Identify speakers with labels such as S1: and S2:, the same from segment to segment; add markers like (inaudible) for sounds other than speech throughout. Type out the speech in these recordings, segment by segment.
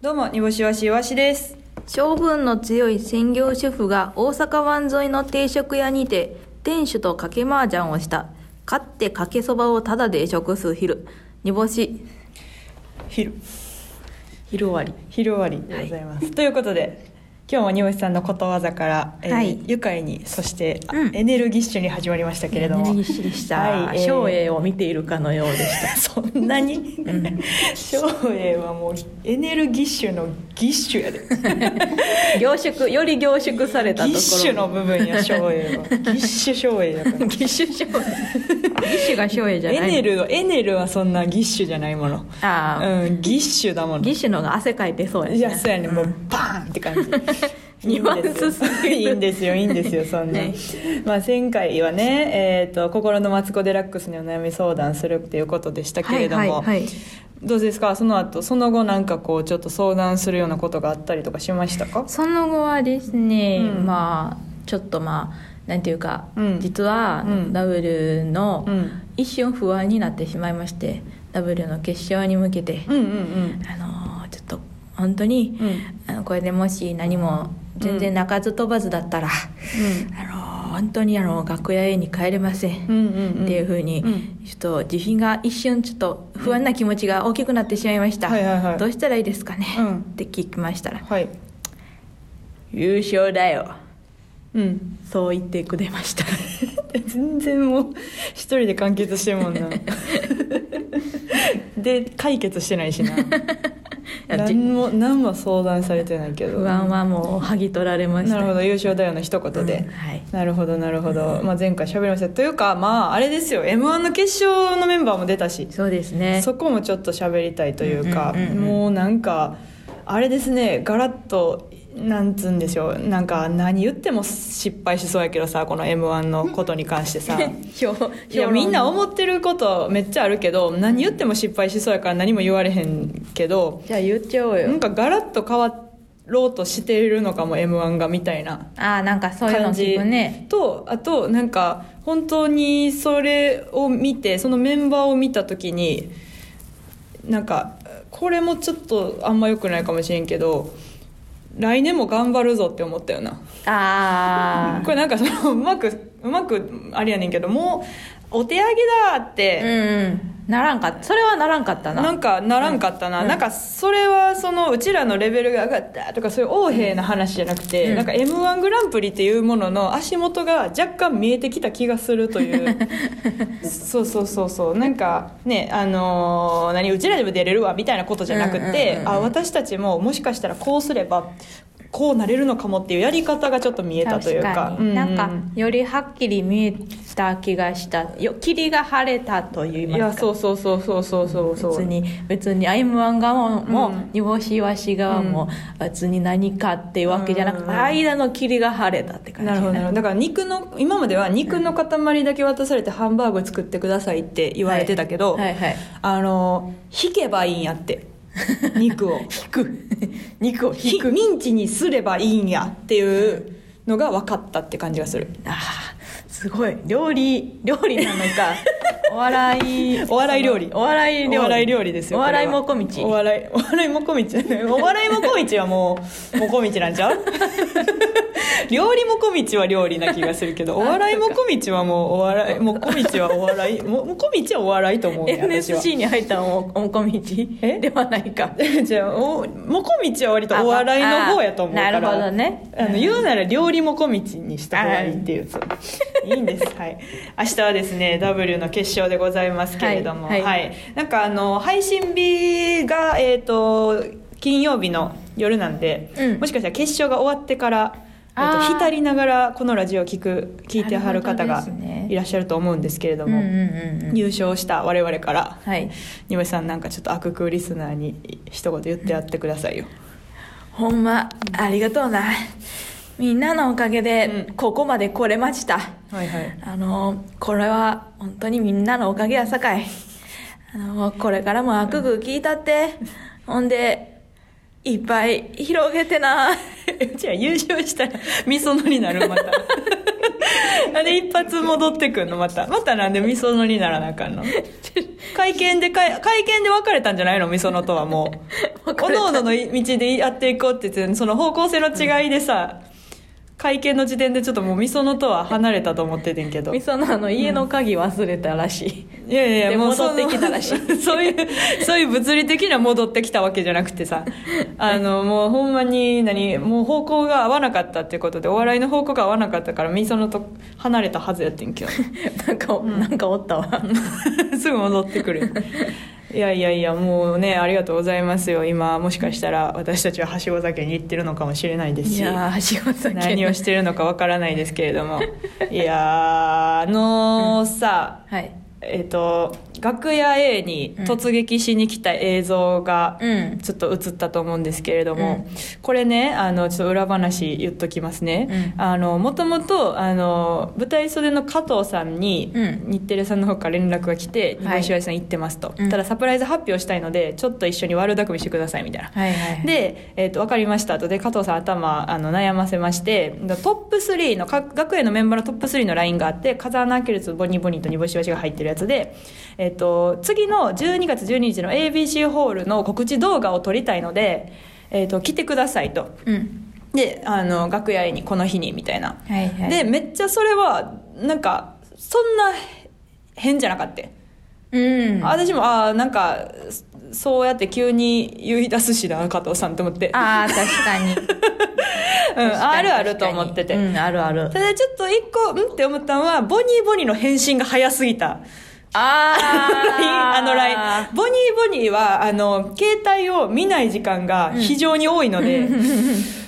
S1: どうも、煮干しわしわしです。
S2: 将軍の強い専業主婦が大阪湾沿いの定食屋にて店主と賭け麻雀をした勝ってかけそばをタダで食す昼煮干し
S1: 昼。
S2: 昼終わり
S1: 昼終わりでございます。ということで、今日も煮干しさんのことわざから、えー
S2: はい
S1: 愉快に、そして、あ
S2: うん
S1: エネルギッシュに始まりましたけれども。
S2: エネルギッシュでした
S1: はいえー
S2: 照英を見ているかのようでし
S1: (laughs)
S2: た
S1: そんなに照英、はもうエネルギッシュのギッシュ
S2: (laughs)
S1: やで。
S2: (laughs) 凝縮より凝縮され
S1: ギ
S2: た (laughs) ところ
S1: ッシュの部分や、照英
S2: (laughs)
S1: は。ギッシュ照英だから。
S2: ギッシュ照英ギッシュが照英じゃ
S1: エ
S2: ない
S1: ネル、エネルはそんなギッシュじゃないもの。
S2: ああ、
S1: うん、ギッシュだもの。
S2: ギッシュのが汗かいてそうや
S1: い
S2: し
S1: や
S2: な
S1: そうやね、もうバーンって感じ
S2: (laughs) ニュアンスすぎる
S1: いいんですよいいんですよそんな、
S2: はい
S1: まあ前回はね、えーと「心のマツコ・デラックス」にお悩み相談するっていうことでしたけれども、
S2: はいはいはい
S1: どうですかその後その後なんかこうちょっと相談するようなことがあったりとかしましたか
S2: その後はですね、
S1: うん
S2: まあちょっとまあなんていうか、
S1: うん
S2: 実は
S1: うん
S2: ダブルの
S1: うん
S2: 一瞬不安になってしまいましてダブルの決勝に向けて、
S1: うんうんうん
S2: あのーちょっと本当に、
S1: うん
S2: あのこれでもし何も全然鳴かず飛ばずだったら、あのー本当にあの楽屋へに帰れませ
S1: うんうん
S2: ん、
S1: うんうん
S2: っていうふうに、
S1: うん
S2: ちょっと自信が一瞬ちょっと不安な気持ちが大きくなってしまいました、
S1: はいはいはい
S2: どうしたらいいですかね、
S1: うん
S2: って聞きましたら
S1: はい
S2: 優勝だよ
S1: うん
S2: そう言ってくれました
S1: (laughs) 全然もう一人で完結してるもん
S2: (laughs)
S1: なで解決してないしな
S2: やじ
S1: 何も何も相談されてないけど
S2: 不安はもう剥ぎ取られました
S1: なるほ
S2: ど
S1: ど優勝だよの一言で、
S2: はい
S1: なるほどなるほど、まあ、前回喋りましたというかまああれですよ m 1の決勝のメンバーも出たし、
S2: そうですね
S1: そこもちょっと喋りたいというか、
S2: うんうんうんうん
S1: もうなんかあれですねガラッとなんつうんでしょうなんか何言っても失敗しそうやけどさこの m 1のことに関して (laughs) さ
S2: 表
S1: いやみんな
S2: を
S1: 思ってることめっちゃあるけど何言っても失敗しそうやから何も言われへんけど
S2: じゃあ言っちゃおう
S1: なん
S2: よ
S1: かガラッと変わろうとしているのかも m 1がみたいな
S2: ああなんかそういうの
S1: 感
S2: 聞
S1: じ
S2: くね
S1: とあとなんか本当にそれを見てそのメンバーを見た時になんかこれもちょっとあんま良くないかもしれんけど来年も頑張るぞって思ったよな
S2: あ
S1: これなんかそのうまくうまくあれやねんけどもうお手上げだっ
S2: あ
S1: て、
S2: うんならんかったそれはならんかったな
S1: なんかならんかったな、なんかそれはそのうちらのレベルが上がったとかそういう横柄な話じゃなくて、
S2: うん
S1: なんか m 1グランプリっていうものの足元が若干見えてきた気がするという
S2: (laughs)
S1: そうそうそうそうなんかねあのー何うちらでも出れるわみたいなことじゃなくて、
S2: うんうんうんうん
S1: あ私たちももしかしたらこうすればこうなれるのかもっていうやり方がちょっと見えたというか
S2: 確か
S1: う
S2: に
S1: ん
S2: なんかよりはっきり見えた気がしたよ霧が晴れたと言い
S1: い
S2: ますか
S1: やそうそうそうそうそうそうそう
S2: 別に別に m 1側も
S1: うん
S2: 煮干しわし側も別に何かっていうわけじゃなくて、
S1: うん
S2: 間の霧が晴れたって感じ
S1: なるほどなるほどだから肉の今までは肉の塊だけ渡されてハンバーグ作ってくださいって言われてたけど、
S2: はいはいはい
S1: あの引けばいいんやって肉を
S2: (laughs) 引く肉を引
S1: ひ
S2: く
S1: ミンチにすればいいんやっていうのが分かったって感じがする
S2: あーすごい料理料理なの
S1: (laughs)
S2: かお笑い
S1: お笑い料理
S2: お笑い料理
S1: お笑い料理ですよ
S2: お笑い
S1: これは
S2: もこみち
S1: お笑いお笑いもこみちお笑いもこみちはもう
S2: (laughs)
S1: もこみちなんちゃう料理もこみちは料理な気がするけどお笑いもこみちはもうお笑いもこみちはお笑いももこみちはお笑いと思うね私は
S2: NSC に入ったのもおこみち
S1: え
S2: ではないか
S1: じゃあおもこみちは割とお笑いの方やと思うから
S2: あなるほどね
S1: あの言うなら料理もこみちにした方がいいっていうそういいんですはい明日はですね W の決勝でございますけれどもは、
S2: はいいはい
S1: なんかあの配信日がえっ、と金曜日の夜なんで、
S2: うん
S1: もしかしたら決勝が終わってからえ
S2: あ
S1: っ
S2: ー
S1: と浸りながらこのラジオを聞く聞いてはる方
S2: なる
S1: が
S2: ほどですね
S1: いらっしゃると思うんですけれど
S2: うんう
S1: も、
S2: んうんうん
S1: 優勝した我々から
S2: はい
S1: にぼしさんなんかちょっと悪空リスナーに一言言ってやってくださいよ
S2: ほんまありがとうなみんなのおかげ
S1: う
S2: で
S1: ん
S2: ここまで来れました、
S1: はいはい
S2: あのこれは本当にみんなのおかげやさかいあのこれからも悪く聞いたってほんでいっぱい広げてな
S1: (laughs) うちは優勝したらみそのにな
S2: (laughs)
S1: るまた
S2: (laughs)
S1: あれ一発戻ってくんのまたまたなんでみそのにならなあかんの会見でかい会見で別れたんじゃないのみそのとはもう
S2: 別
S1: 各
S2: れた
S1: 々の道でやっていこうって言ってその方向性の違いでさ、会見の時点でちょっともうみそのとは離れたと思っててんけど
S2: みそのあの家の鍵忘れたらしい、
S1: いやいや
S2: で
S1: もうその
S2: 戻ってきたらし
S1: (laughs) そういうそういう物理的な戻ってきたわけじゃなくて
S2: (laughs)
S1: さあのもうほんまに何もう方向が合わなかったっていうことでお笑いの方向が合わなかったからみそのと離れたはずやってんけど (laughs)
S2: なんか、なんかおったわ
S1: すぐ戻ってく
S2: (laughs)
S1: るいやいやいやもうねありがとうございますよ今もしかしたら私たちははしご酒に行ってるのかもしれないです
S2: い
S1: し
S2: やー仕事
S1: 何をしてるのかわからないですけれど
S2: (laughs)
S1: もいやーあのーさ、
S2: はい
S1: えっと楽屋 A に突撃しに来た映像が
S2: うん
S1: ちょっと映ったと思うんですけれども、
S2: う
S1: これねあのちょっと裏話言っときますね、
S2: うん
S1: あのもともとあの舞台袖の加藤さんに、
S2: うん
S1: 日テレさんの方から連絡が来て「
S2: い
S1: 日本石橋さん行ってますと」
S2: うん
S1: ただサプライズ発表したいのでちょっと一緒に悪巧みしてください」みたいな。
S2: はいはい
S1: で、えっと分かりましたとで加藤さん頭あの悩ませましてトップ3の各学園のメンバーのトップ3のラインがあって風穴開けるとボニーボニーと煮干しわしが入ってるやつで、えっと次の12月12日の ABC ホールの告知動画を撮りたいので、えっと来てくださいと
S2: うん
S1: であの楽屋にこの日にみたいな、
S2: はいはい
S1: でめっちゃそれはなんかそんな変じゃなかった
S2: うん
S1: あ私もああなんかそそうやって急に言い出すしな加藤さんと思って
S2: あー確か (laughs) に
S1: うん、あるあると思ってて。
S2: うんあるある
S1: ただちょっと一個、うんって思ったのは、ボニーボニーの返信が早すぎた。
S2: あ
S1: (laughs)
S2: ー
S1: あのライン。ボニーボニーは、あの、携帯を見ない時間が非常に多いの
S2: (laughs)
S1: で、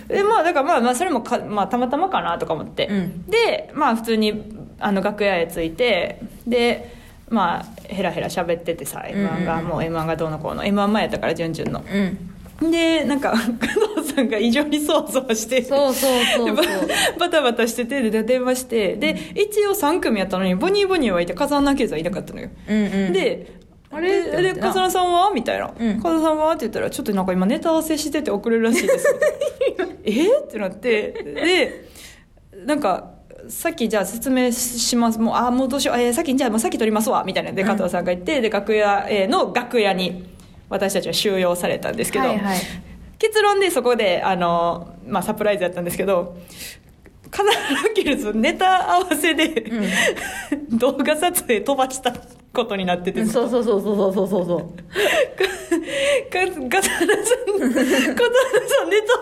S1: で、まあ、だからまあ、まあ、それもか、まあ、たまたまかなとか思って。
S2: うん
S1: で、まあ、普通に、あの、楽屋へ着いて、で、まあ、ヘラヘラ喋っててさ、M1 が、
S2: うんうんうん
S1: もう M1 がどうのこうの、M1 前やったから、順々の。
S2: うん
S1: で、なんか、工藤さんが異常にそわそわして、
S2: そうそうそう
S1: で
S2: そう
S1: ババタバタしててで電話してで一応3組やったのにボニーボニーはいて風穴圭さんいなかったのよ、
S2: うんうん
S1: で
S2: あれってなっ
S1: で
S2: てな
S1: で風穴さんはみたいな「
S2: うん
S1: 風穴さんは?」って言ったら「ちょっとなんか今ネタ合わせしてて遅れるらしいです」
S2: (laughs)
S1: えーってなってでなんかさっきじゃあ説明しますもうあーもうどうしよう、えー、さっきじゃあもうさっき撮りますわみたいなで加藤さんが言って、で楽屋えーの楽屋に私たちは収容されたんですけど、
S2: はいはい
S1: 結論でそこであの、まあ、サプライズやったんですけどカナラキルズネタ合わせで、動画撮影飛ばしたことになってて、
S2: うんそうそうそうそうそうそうそう
S1: ガガタナさん、ガタナさんネタ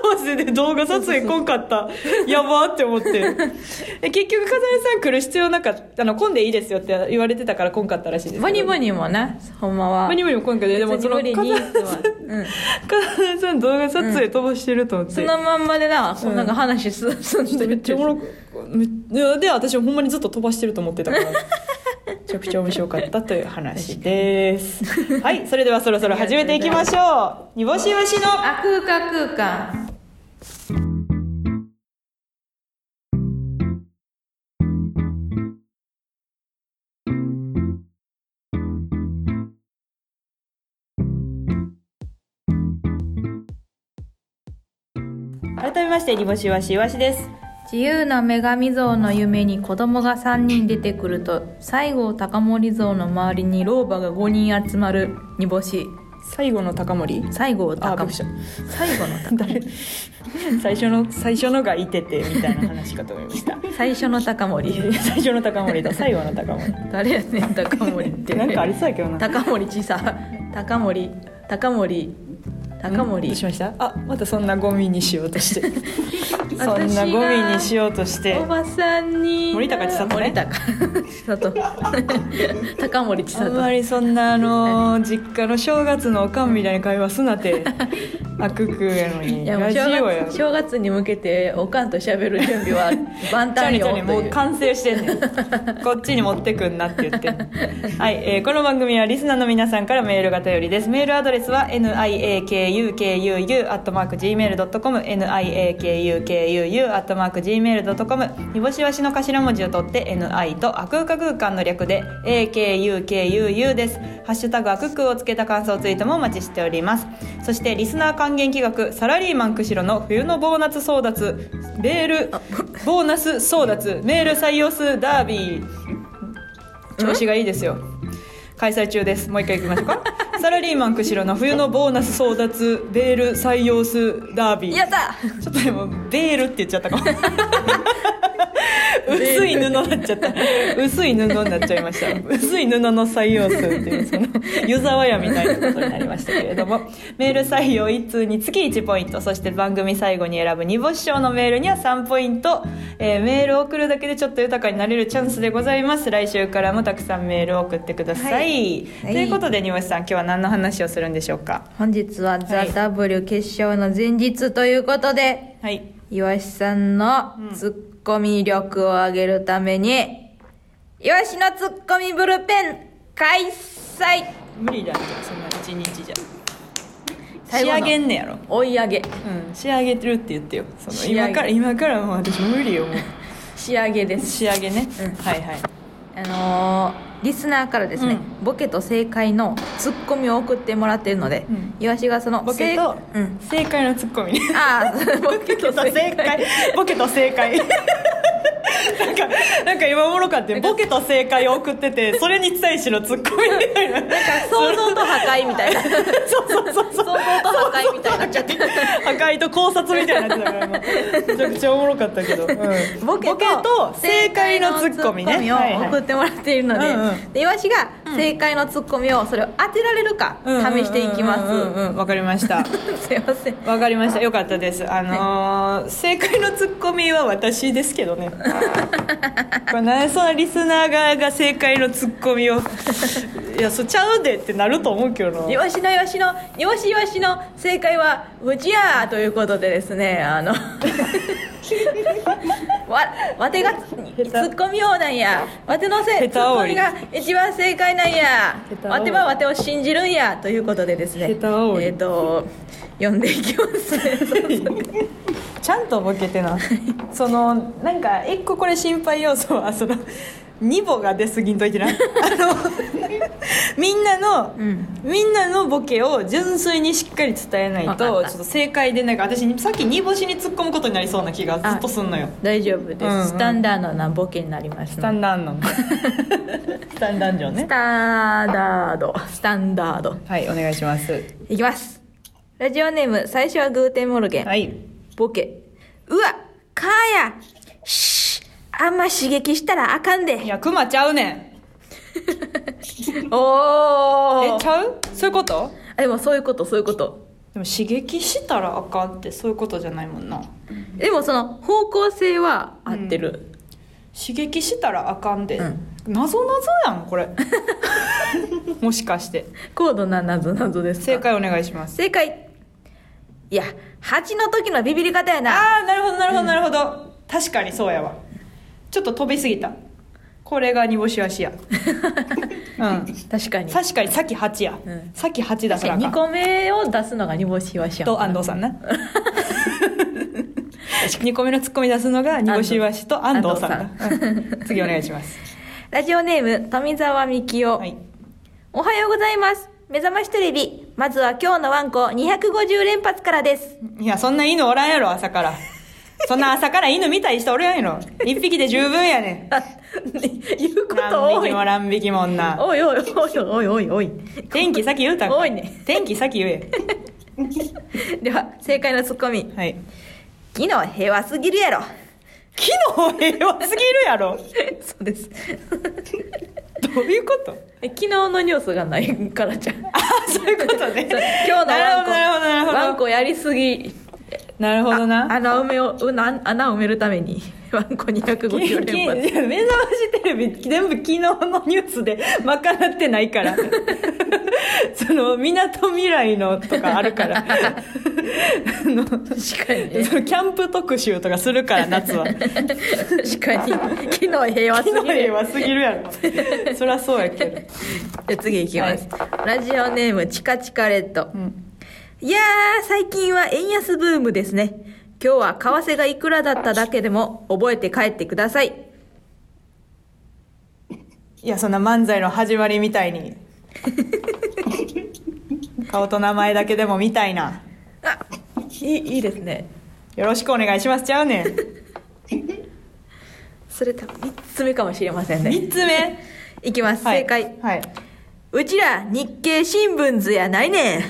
S1: 合わせで動画撮影来んかった。やばーって思って。で結局、ガタナさん来る必要なかった、あの、来んでいいですよって言われてたから来んかったらしいですけど。
S2: バニバニもねほんまは
S1: バニバニも来んけど、でもその、
S2: 別
S1: ガ
S2: に
S1: タ
S2: 無理に
S1: ナ
S2: とは
S1: (laughs)
S2: うん
S1: さん動画撮影飛ばしてると思って。
S2: そのまんまでなこうなんか話す進
S1: ちょ
S2: ん
S1: っと
S2: で
S1: め
S2: る
S1: っちゃおもろくめいやで私はほんまにずっと飛ばしてると思って (laughs) たからめちゃくちゃ面白かったという話ですはいそれではそろそろ始めていきましょ (laughs) う煮干しわしの
S2: あ空間空間
S1: 改めまして煮干しわしわしです
S2: 自由な女神像の夢に子供が3人出てくると西郷隆盛像の周りに老婆が5人集まる煮干し
S1: 最後の高森
S2: 西郷
S1: あびっ
S2: 隆
S1: くりした
S2: 盛最後の高
S1: 誰最初の最初のがいててみたいな話かと思いました (laughs)
S2: 最初の高森
S1: 最初の高森と最後の高森
S2: 誰やねん高森って
S1: (laughs) なんかありそうやけどな
S2: (laughs) 高森ちさ高森高森高森
S1: どうしましたあまたそんなゴミにしようとして
S2: が
S1: (laughs) そんなゴミにしようとして
S2: おばさんに
S1: 森高千里ね
S2: 森高 (laughs) 千里 (laughs) 高森千
S1: あんま
S2: 里
S1: りそんなあ
S2: (laughs)
S1: のー実家の正月のおかんみたいな会話すなってあくくやのに
S2: いやも
S1: ラ
S2: う
S1: ジオ
S2: 正
S1: や
S2: 月正月に向けておかんと喋る準備
S1: (laughs)
S2: は万
S1: ちゃう
S2: 端
S1: ね
S2: よ
S1: ちゃうねも
S2: と
S1: う
S2: いう
S1: 完成してんね
S2: (laughs)
S1: んこっちに持ってくんなって言ってんはい、えーこの番組はリスナーの皆さんからメールが頼りですメールアドレスは niakukuu.gmail.com niakukuu.gmail.com 煮干しわしの頭文字を取って ni とあくうか空間の略で akukuu ですハッシュタグあくくをつけた感想ツイートもお待ちしておりますそしてリスナー還元企画サラリーマン釧路の冬のボーナス争奪メールボーナス争奪メール採用数ダービー調子がいいですよ開催中ですもう一回行きましょうかサラリーマン釧路の冬のボーナス争奪ベール採用数ダービー
S2: やった
S1: ちょっとでもベールって言っちゃったかも
S2: (laughs)
S1: 薄い布になっちゃった薄い布になっちゃいました薄い布の採用数っていうその湯沢屋みたいなことになりましたけれどもメール採用1通につき1ポイントそして番組最後に選ぶ煮干し賞のメールには3ポイント、えーメールを送るだけでちょっと豊かになれるチャンスでございます来週からもたくさんメールを送ってください、
S2: はい
S1: ということで煮干しさん今日は何の話をするんでしょうか
S2: 本日は「ザ
S1: い
S2: w 決勝の前日ということで、
S1: はい
S2: 岩シさんのツッコミ力を上げるために、岩シのツッコミブルペン開催
S1: 無理だってそんな1日じゃ仕
S2: 最後の
S1: 上げんねやろ
S2: 追い上げ
S1: うん仕上げてるって言ってよその
S2: 仕上げ
S1: 今から今からもう私無理よもう
S2: 仕上げです
S1: (laughs) 仕上げね、
S2: うん
S1: はいはい
S2: あのーリスナーからですね、ボケと正解のツッコミを送ってもらってるので、
S1: うん
S2: イワシがその
S1: ボケと
S2: 正うん
S1: 正解のツッコミね
S2: ああボケと
S1: (laughs) ボケと正解ボケと正 (laughs) 解なんかなんか今おもろかってボケと正解を送っててそれに対してのツッコミみたいな
S2: 想像と破壊みたいな想
S1: (laughs) そうそうそうそ
S2: 像
S1: う
S2: と (laughs) 破壊みたいになっちゃって
S1: (laughs) 破壊と考察みたいになってたから今めちゃくちゃおもろかったけ
S2: (laughs)
S1: ど、うん
S2: ボケと
S1: 正解のツッコミね
S2: 正解のツッコミを送ってもらっているので,、
S1: はいはいうんうん
S2: でイワシが正解のツッコミをそれを当てられるか試していきます、
S1: うんうんうんうんわかりました
S2: すいません
S1: わかりましたよかったですあのー正解のツッコミは私ですけど
S2: (laughs)
S1: ねこれ何そのリスナー側が正解のツッコミをいやそちゃうでってなると思うけど
S2: イ
S1: な
S2: ワシのイワシのイワシイワシの正解は「うちや!」ということでですね
S1: (laughs)
S2: あのわわてがツッコミようなんやわてのせ
S1: 下
S2: いツ
S1: 手
S2: ッコ
S1: 煽
S2: ミ
S1: り
S2: が一番正解なんや
S1: 下手煽り
S2: わてはわてを信じるんやということでですねえっ、
S1: 下手煽り
S2: と読んでいきます
S1: (laughs)
S2: ね
S1: ちゃんとボケてなそのなんか一個これ心配要素はそのニボが出過ぎんといてなあのみんなの、
S2: うん
S1: みんなのボケを純粋にしっかり伝えない
S2: わ
S1: とち
S2: か
S1: ょ
S2: っ
S1: ったと正解でなんか私さっき煮干しに突っ込むことになりそうな気がずっとすんのよ
S2: 大丈夫です、
S1: うんうん
S2: スタンダードなボケになりまし
S1: ス
S2: た
S1: タ
S2: ス
S1: ンダードのスタンダードね
S2: タンダードスタンダード
S1: はいお願いします
S2: いきますラジオネーム最初はグーテンモルゲン
S1: はい
S2: ボケ。うわ、かーや。しあんま刺激したらあかん
S1: い
S2: で。
S1: やクマちゃうねん
S2: お
S1: え
S2: ー
S1: ち。ゃうそういうこと
S2: あでもそういうこと、そういうこと。
S1: でも刺激したらあかんってそういうことじゃないもんな
S2: でもその方向性は合ってる。
S1: 刺激したらあかんで、
S2: うん
S1: 謎謎やんこ (laughs) れもしかして
S2: 高度な謎謎ですか。
S1: 正。解お願いします
S2: 正解。いや、蜂の時のビビり方やな。
S1: ああなるほどなるほどなるほど、確かにそうやわちょっと飛びすぎたこれが煮干し足やうん
S2: (laughs) 確かに。
S1: 確かにさっき8や、
S2: うん
S1: さっき8だか
S2: 確からに
S1: か
S2: 2個目を出すのが煮干しわしやん
S1: と安藤さ (laughs) んね2個目のツッコミ出すのが煮干し足と安藤さんだうん次お願いし (laughs) ます
S2: ラジオネーム富澤美樹夫、
S1: はい
S2: おはようございます目覚ましテレビまずは今日のワンコ250連発からです
S1: いやそんな犬おらんやろ朝からそんな朝から犬見たい人おるやろ一匹で十分やねん
S2: あ (laughs) 言うこと
S1: 何
S2: 多い
S1: 匹も何匹も女
S2: おいおいおいおいおいおい
S1: 天気先言うたんか
S2: 多いね
S1: 天気先言え
S2: では正解のツッコミ
S1: はい
S2: 昨日平和すぎるやろ
S1: 昨日平和すぎるやろ
S2: (laughs) そうです
S1: どういうこと
S2: 昨日のニュースがないからじゃん
S1: あそういうことね
S2: 今日のワンコ
S1: なるほどなるほどなる
S2: ワン
S1: ほど
S2: コやりすぎ
S1: なるほどな
S2: あ穴埋めをうな穴埋めるために (laughs) ワンコ250連
S1: き
S2: 発
S1: き目覚ましテレビ全部昨日のニュースで賄ってないからそのみなとみらいのとかあるからあの
S2: 確かにね
S1: その (laughs) キャンプ特集とかするから夏
S2: (laughs)
S1: は
S2: 確かに昨日平和すぎ
S1: 昨日平
S2: るやろ
S1: 和すぎるや
S2: (laughs)
S1: ろそりゃそうやけど、
S2: じゃあ次いきます、ラジオネームチカチカレット
S1: うん、
S2: いやー、最近は円安ブームですね。今日は為替がいくらだっただけでも覚えて帰ってください。
S1: いやそんな漫才の始まりみたい
S2: (laughs)
S1: に顔と名前だけでもみたいな
S2: あ、いい、いいですね。
S1: よろしくお願いしますちゃうねん
S2: それ多分3つ目かもしれませんね。
S1: 3つ目
S2: いきます。正解。
S1: はい、はい
S2: うちら日経新聞図やないねん。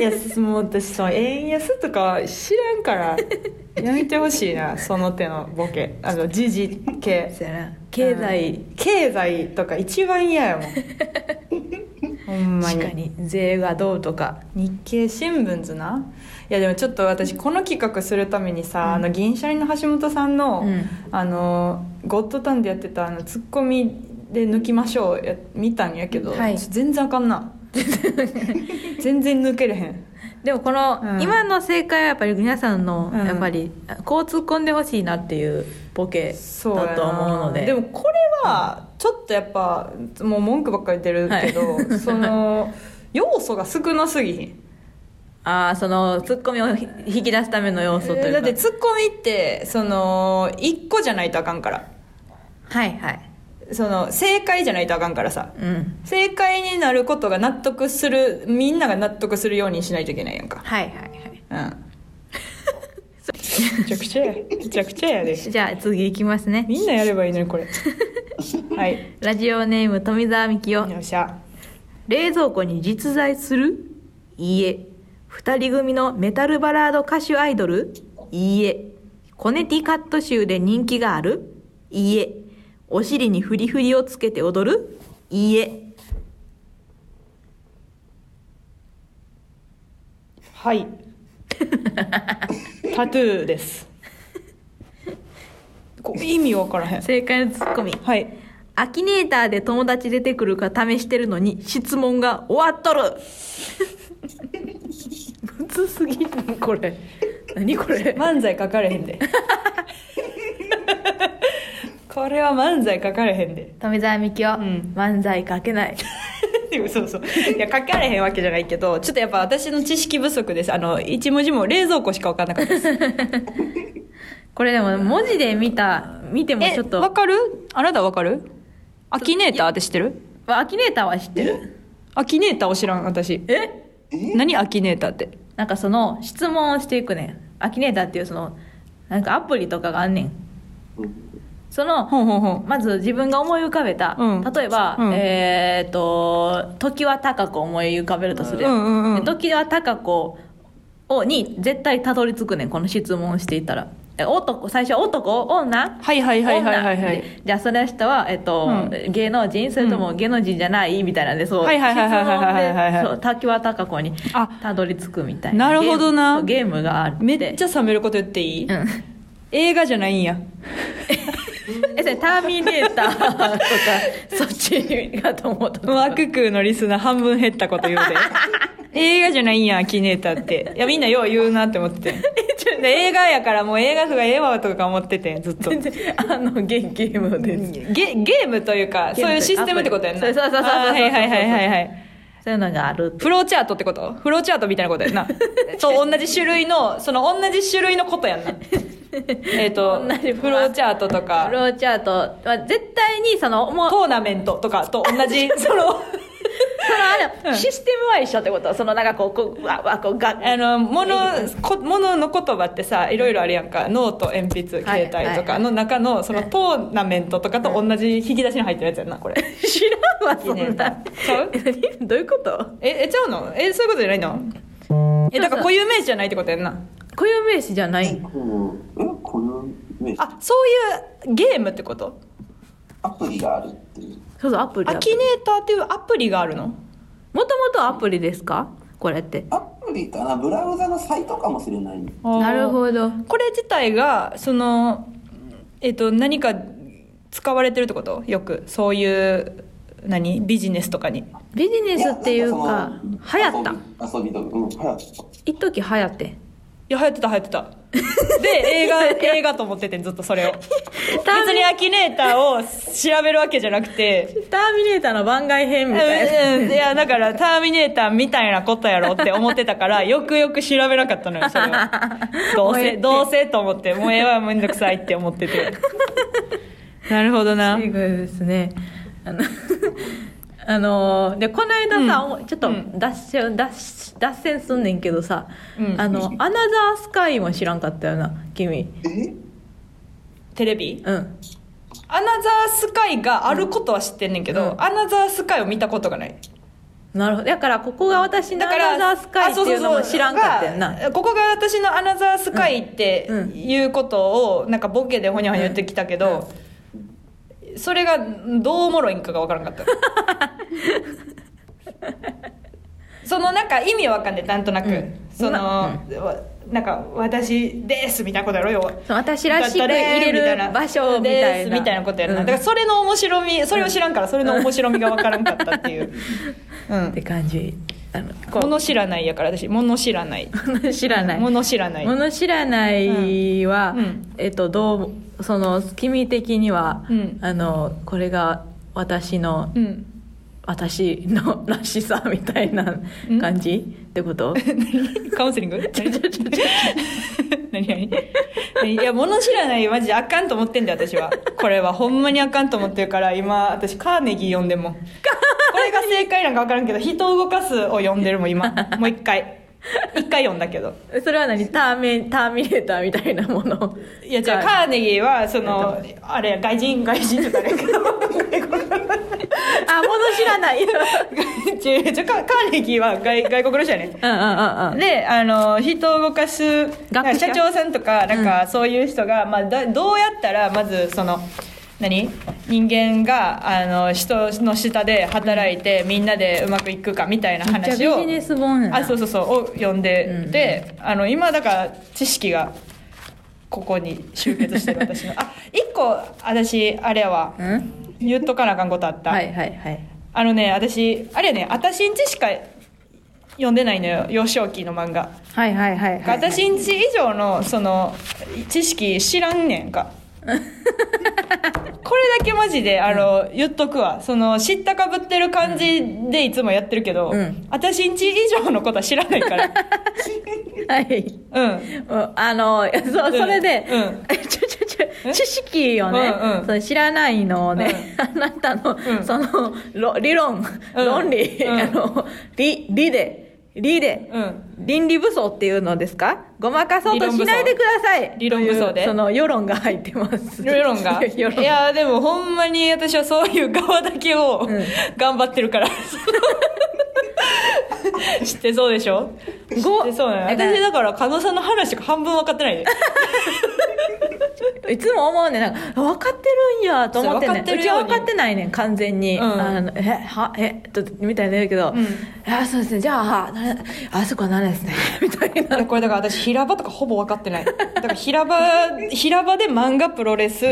S1: いやもう私その円安とか知らんからやめてほしいなその手のボケあの時事系
S2: そやな経済、
S1: うん経済とか一番嫌やも
S2: (laughs)
S1: んほんま
S2: 確
S1: に
S2: かに税がどうとか。
S1: 日経新聞図ないやでもちょっと私この企画するためにさ、あの銀シャリの橋本さんの、
S2: うん
S1: あのゴッドタンでやってたあのツッコミで抜きましょうや見たんやけど、
S2: はい
S1: 全然あかん
S2: (laughs)
S1: な全然抜けれへん
S2: でもこの、
S1: うん
S2: 今の正解はやっぱり皆さんの、
S1: うん
S2: やっぱりこう突っ込んでほしいなっていうボケ
S1: そうや
S2: だ
S1: な
S2: と思うので
S1: でもこれはちょっとやっぱもう文句ばっかり出るけど、
S2: はい
S1: (laughs) その要素が少なすぎひん
S2: ああその突っ込みをひ引き出すための要素というか、
S1: だってツッコミってその1個じゃないとあかんから
S2: はいはい
S1: その正解じゃないとあかんからさ
S2: うん
S1: 正解になることが納得するみんなが納得するようにしないといけないやんか
S2: はいはい
S1: う
S2: はい
S1: んめちゃくちゃやめちゃくちゃやで
S2: じゃあ次いきますね
S1: みんなやればいいのにこれはい
S2: ラジオネーム富澤美樹
S1: よ
S2: よ
S1: っしゃ
S2: 冷蔵庫に実在するいいえ二人組のメタルバラード歌手アイドルいいえコネティカット州で人気があるいいえお尻にフリフリをつけて踊るいいえ
S1: はい (laughs) タトゥーですこ意味わからへん
S2: 正解のツッコミ
S1: はい
S2: アキネーターで友達出てくるか試してるのに質問が終わっとる (laughs) むずすぎるこれ何これ
S1: 漫才書かれへん (laughs) でこれは漫才書かれへんで
S2: 富澤美樹は
S1: ん
S2: 漫才書けない
S1: (laughs) そうそういや書かれへんわけじゃないけどちょっとやっぱ私の知識不足ですあの一文字も冷蔵庫しか分かんなかった
S2: (laughs)
S1: です
S2: これでも文字で見た見てもちょっと
S1: 分かるあなた分かるアキネーターって知ってる
S2: わアキネーターは知ってる
S1: アキネーターを知らん私
S2: え
S1: 何アキネーターって
S2: なんかその質問をしていくねんアキネーターっていうそのなんかアプリとかがあんねんその
S1: ほんほんほん
S2: まず自分が思い浮かべた、
S1: うん
S2: 例えば、
S1: うん
S2: えっ、と時は高子を思い浮かべるとするやん、
S1: うんうんうん
S2: で時は高子をに絶対たどり着くねんこの質問をしていったらえ男最初は男女
S1: はいはいはいはいはいはい
S2: 女じゃあその人は、えっと
S1: うん
S2: 芸能人それとも芸能人じゃないみたいなんでそう
S1: はいはいはいはいはいはいはい
S2: 質問でそう滝は高子に
S1: あ
S2: たどり着くみたいな
S1: なるほどな
S2: ゲームそうゲームがあって
S1: めっちゃ冷めること言っていい、
S2: うん
S1: 映画じゃないんや
S2: えそれターミネーターと
S1: (laughs)
S2: かそっちかと思った
S1: ワククーのリスナー半分減ったこと言う
S2: (laughs)
S1: で映画じゃないんやアキネーターっていやみんなよう言うなって思
S2: (laughs)
S1: っててで映画やからもう映画とかええわとか思っててずっと
S2: 全然あのゲゲームです、
S1: ゲゲームというか
S2: ゲーム
S1: そういうシステムってことやんな
S2: そうそうそうそうそう
S1: あーはいはいはいはいはい
S2: そういうのがある
S1: フローチャートってことフローチャートみたいなことやん
S2: (laughs)
S1: なそう同じ種類のその同じ種類のことや
S2: (laughs)
S1: んなえっと
S2: 同じ
S1: フローチャートとか
S2: フローチャートは絶対にその
S1: (laughs)
S2: もう
S1: トーナメントとかと同
S2: (laughs)
S1: じその
S2: そのあ
S1: うん
S2: のシステムは一緒ってことそのなんかこうこううわうわこう
S1: (laughs)
S2: が
S1: あのものこものの言葉ってさいろいろあるやんかノート鉛筆
S2: は
S1: 携
S2: い
S1: 帯と
S2: は
S1: か
S2: い
S1: の中のそのトーナメントとかと同じ引き出しに入ってるやつやんなこれ
S2: (laughs) 知らんわそ
S1: いいね
S2: んな
S1: ちゃう
S2: 何どういうこと
S1: ええちゃうのえそういうことじゃないのえだから固有名詞じゃないってことやんな
S2: 固有名詞じゃない
S3: こううんこの名
S1: あそういうゲームってこと
S3: アプリがあるっていう
S2: そうそうアプリ
S1: アキネーターっていうアプリがあるの
S2: もともとアプリですかこれって
S3: アプリかなブラウザのサイトかもしれない
S2: なる
S1: ど
S2: ほど
S1: これ自体がそのえっ、と何か使われてるってことよくそういう何ビジネスとかに
S2: ビジネ
S3: い
S2: ス
S3: や
S2: っていうか
S3: なん
S2: 流
S3: かそ
S2: 行った
S3: の遊び遊び道具うん流行った
S2: 一時流行って
S1: いや流行ってた流行って (laughs) たで映画映画と思っててんずっとそれを別
S2: ターミ
S1: にアキネーターを調べるわけじゃなくて
S2: ターミネーターの番外編
S1: うんうんいやだから「ターミネーター」みたいなことやろって思ってたからよくよく調べなかったのよそれをどう
S2: 燃え
S1: せ
S2: て
S1: どうせと思ってもうええわめんどくさいって思っててなるほどな
S2: すごいですねあの (laughs) あのーでこの間さ、おちょっと
S1: うん
S2: 脱線脱脱線すんねんけどさ、
S1: うん
S2: あのアナザースカイも知らんかったよな君
S3: え
S1: テレビ
S2: うん
S1: アナザースカイがあることは知ってんねんけど、
S2: うん
S1: アナザースカイを見たことがない
S2: なるほどだからここが私の
S1: だ
S2: ア
S1: から
S2: ナザースカイっていうのも知らんかったよ
S1: あそうそう
S2: な
S1: そうがここが私のアナザースカイって
S2: うん
S1: いうことをなんかボケでほにゃほにゃ言ってきたけど、それがどうおもろいんかが分からん
S2: (laughs)
S1: かったそのなんか意味は分かんないなんとなく、
S2: うん
S1: その、わなんか「私です」みたいなことやろよ
S2: そう私らしく入れ
S1: みたい
S2: る
S1: な
S2: 場所みたい
S1: です
S2: な
S1: みたいなことやるな、
S2: うん
S1: だからそれの面白みそれを知らんからそれの面白みが分からんかったっていう、うん
S2: って感じあのこ
S1: 物知らないやから私物知らない
S2: の知らな
S1: (laughs)
S2: い
S1: 物知らない
S2: 物知らないは、
S1: うんうん
S2: えっとどうその君的には、
S1: うん
S2: あのこれが私の、
S1: うん
S2: 私の (laughs) らしさみたいな感じ、ってこと (laughs)
S1: カウンセリング何何何いや物知らないマジであかんと思ってんだよ私はこれはほんまにあかんと思ってるから今私カーネギー読んでんもんこれが正解なんか分からんけど「人を動かす」を読んでるもん今もう一回一回読んだけど
S2: それは何ターメターミネーターみたいなもの
S1: いやじゃあカーネギーはそのあれや外人外人って誰か
S2: (laughs) あ物知らないうんう
S1: (laughs)
S2: ん
S1: 違う違うカカーネギーは外外国の人やねん
S2: うんうん
S1: であの人を動かすなんか
S2: 学者
S1: 社長さんとかなんかそういう人が、まあ、だどうやったらまずその何人間があの人の下で働いてみんなでうまくいくかみたいな
S2: めっ
S1: 話
S2: ちゃ
S1: を
S2: ビジネス本やな
S1: あそうそうそうを読んで、
S2: うん
S1: であの今だから知識がここに集結して
S2: (laughs)
S1: る私のあ一個私あれやわ
S2: うん
S1: 言っとかなあかんことあった、
S2: はいはいはい
S1: あのね私あれやね私んちしか読んでないのよ幼少期の漫画
S2: はいはいはいはい
S1: 私んち以上のその知識知らんねんかこれだけマジであの、言っとくわその知ったかぶってる感じでいつもやってるけど、
S2: うん
S1: 私んち以上のことは知らないから
S2: (laughs) はい
S1: うん
S2: うんあのいやそそれで、
S1: うん
S2: ちょちょちょ知識をね、
S1: うんうん
S2: その知らないのをね、あなたの、
S1: ん
S2: そのろ理論、
S1: うん
S2: 論理、
S1: うん
S2: あの理理で理で、
S1: うん
S2: 倫理武装っていうのですかごまかそうとしないでください
S1: 理論武装で
S2: というその世論が入ってます
S1: 世論がい
S2: (laughs) 世論
S1: やでもほんまに私はそういう側だけを、
S2: うん
S1: 頑張ってる
S2: (laughs)
S1: から知ってそうでしょ
S2: ご
S1: 知ってそうなの私だから加納さんの話とか半分分かってないで
S2: いつも思うねんなんかあ分かってるんやと思ってんねん
S1: そう分かって
S2: う
S1: る
S2: ち
S1: よう
S2: は
S1: に
S2: 分かってないねん完全に、
S1: うん
S2: あのえはえっとみたいに言うけ
S1: う
S2: ど、
S1: ん
S2: あそうですねじゃああなあそこは何ですねみたい
S1: いや
S2: な
S1: これだから私平場とかほぼ分かってないだから平場平場で漫画プロレス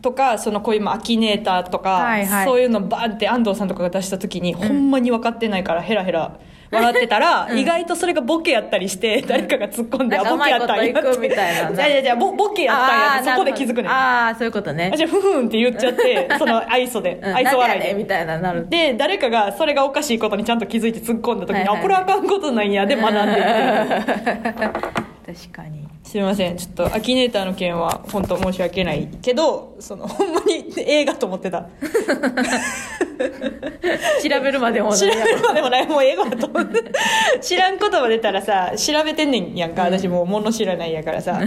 S1: とか、そのこういう今アキネーターとか、
S2: はいはい
S1: そういうのバーンって安藤さんとかが出した時に、ほんまに分かってないからヘラヘラ笑ってたら、意外とそれがボケやったりして、誰かが突っ込んで、
S2: なんか
S1: あボケやったんや
S2: うまいこといくみたいな
S1: じゃじゃじゃボボケやったんやってそこで気づくねん (laughs) あ
S2: あーなるほどあーそういうことね
S1: じゃあふふんって言っちゃってその愛想で
S2: うん
S1: 愛想笑い
S2: なんでやねんみ
S1: で。
S2: たいななる
S1: で誰かがそれがおかしいことにちゃんと気づいて突っ込んだ時に、
S2: はいはい
S1: あこれあかんことなんやで学んでっていう
S2: 確かに
S1: すみませんちょっとアキネーターの件は本当申し訳ないけどそのほんまに映画と思ってた
S2: 調べるまでも
S1: 調べるまでもないもう映画だと思って
S2: (laughs)
S1: 知らん言葉出たらさ調べてんねんやんか私もう物知らないやからさ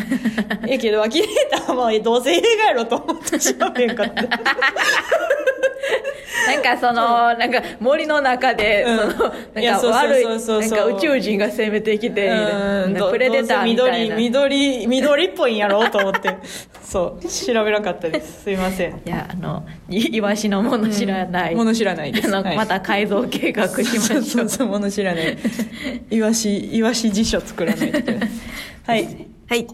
S1: やけどアキネーターはまあどうせ映画やろと思って調べんかった
S2: (laughs) なんかその、なんか森の中で、
S1: うん
S2: その
S1: いや
S2: なんか
S1: そうそう
S2: 悪い
S1: そうそう
S2: なんか宇宙人が攻めてきて
S1: うんど
S2: プレデターみ
S1: どう
S2: た
S1: せ
S2: いな
S1: 緑緑緑っぽいんやろと思ってそう調べなかったですすいません
S2: いやあのいイワシのもの知らない、
S1: 物知らないです
S2: あの
S1: はい
S2: また改造計画しましょ
S1: そ
S2: う
S1: うそうそう物知らないイワシイワシ辞書作らないといけない
S2: (laughs)
S1: はい
S2: はい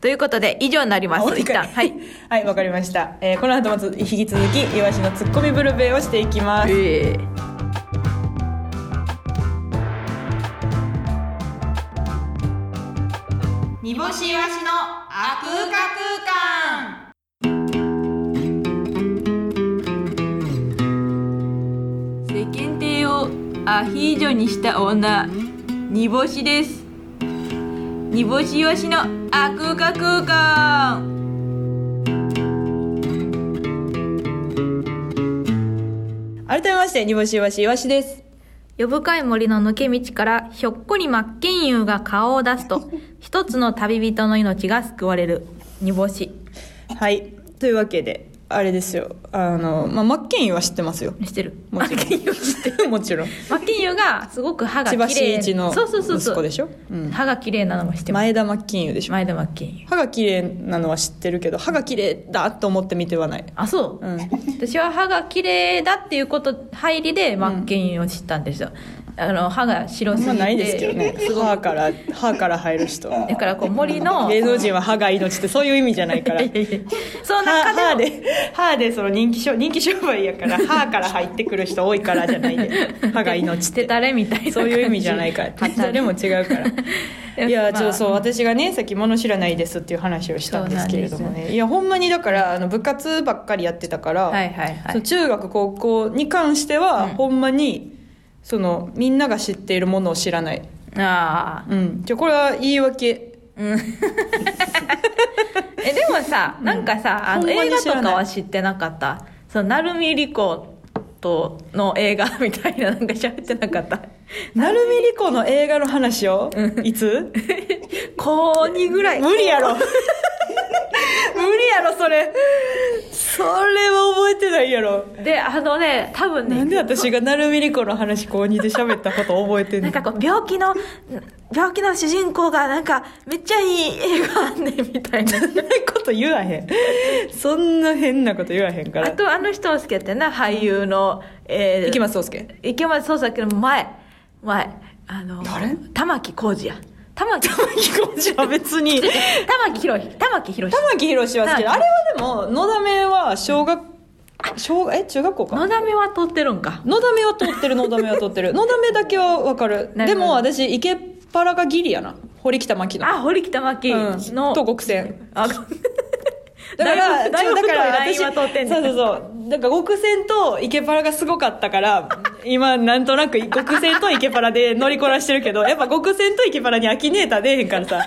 S2: ということで以上になりま
S1: あも
S2: す
S1: う一
S2: 一
S1: 回
S2: 旦はい
S1: はいわかりました、えーこの後もつ引き続きイワシのツッコミブルベをしていきます
S2: えー
S4: 煮干しわしのあ空間空間
S2: 世間体をアヒージョにした女煮干しです煮干しわしのあ空か空間
S1: 改めまして煮干しイワシイワシです
S2: 夜深い森の抜け道からひょっこり真剣佑が顔を出すと一つの旅人の命が救われる煮干し
S1: はいというわけであれですよあの、まあ、マッケンイは知ってますよ (laughs)
S2: してる
S1: もちろん
S2: マッケンユー知ってる
S1: もちろん
S2: マッケンユーがすごく歯が
S1: 千
S2: 綺
S1: 葉
S2: 麗
S1: 真一の
S2: そうそうそうそ
S1: 息子
S2: う
S1: でしょ、うん、
S2: 歯が綺麗なのも知ってます
S1: 前田マッケンイでしょ
S2: 前田真剣
S1: 歯が綺麗なのは知ってるけど歯が綺麗だと思って見てはない
S2: あそう、
S1: うん
S2: 私は歯が綺麗だっていうこと入りで真剣を知ったんですよ、あの歯が白
S1: あん
S2: すぎ
S1: ま
S2: て
S1: ないですけどね
S2: (laughs) すご
S1: 歯
S2: く
S1: から歯から入る人
S2: だからこう森
S1: (laughs)
S2: の
S1: 芸能人は歯が命ってそういう意味じゃないから
S2: いやいやいや (laughs) その
S1: 歯
S2: 中
S1: 歯
S2: でも
S1: で歯でその人気商人気商売やから歯から入ってくる人多いからじゃない
S2: (laughs)
S1: で歯が命っ
S2: 手
S1: て
S2: たれみたいな感じ
S1: そういう意味じゃないから
S2: (laughs) パターン
S1: 誰も違うからいや
S2: まあ
S1: ちょっとそう私がねさっき物知らないですっていう話をしたんですけれども
S2: そうなん
S1: ねいやほんまにだからあの部活ばっかりやってたから、
S2: はいはいは
S1: そう
S2: い
S1: 中学高校に関しては、
S2: うん
S1: ほんまにそのみんなが知っているものを知らない、
S2: ああ
S1: うん、じゃあこれは言い訳
S2: えでもさなんかさあ
S1: ほ
S2: の
S1: んま
S2: 映
S1: に
S2: 画
S1: 知ら
S2: と
S1: ない
S2: かは知ってなかったその成海莉子との映画 (laughs) みたいななんか喋ってな
S1: (laughs)
S2: かった
S1: 成海莉子の映画の話をいつ
S2: 高2ぐらい
S1: 無理
S2: (laughs)
S1: やろ無理やろそれそれは覚えてないやろ
S2: であのね多分ね
S1: なんで私が成海莉子の話高2で喋ったこと覚えてん
S2: な
S1: の
S2: んかこう病気の病気の主人公がなんかめっちゃいい映画あんねんみた
S1: (laughs)
S2: いな
S1: そんな (laughs) こと言わへんそんな変なこと言わへんか
S2: あ
S1: ら
S2: とあの人をつけてな俳優の、えー、
S1: 池松壮亮
S2: 池松壮亮の前前あの
S1: 誰
S2: 玉置浩二や玉置 (laughs) 玉
S1: 飛行は別に
S2: 木宏玉木宏
S1: 玉木宏は好きだ
S2: は
S1: あ
S2: い
S1: れはでも野田目は小学小え中学校か
S2: 野田目は撮ってるんか
S1: 野田目は通ってる野田目は通
S2: (laughs)
S1: ってる野田目だけは分かる
S2: なる
S1: で
S2: ほど
S1: も私池パラがギリやな堀北真希の
S2: あ堀北真希
S1: うん
S2: の、
S1: 東国線 (laughs)
S2: あ
S1: だから
S2: だいぶ
S1: ちょだから
S2: だいぶ
S1: 私
S2: 太いラインは通ってんね
S1: そうそうそうだから極戦と池パラがすごかったから
S2: (laughs)
S1: 今なんとなく極戦と池パラで乗りこなしてるけどやっぱ極戦と池パラにアキネーター出えへんから
S2: (laughs)
S1: さ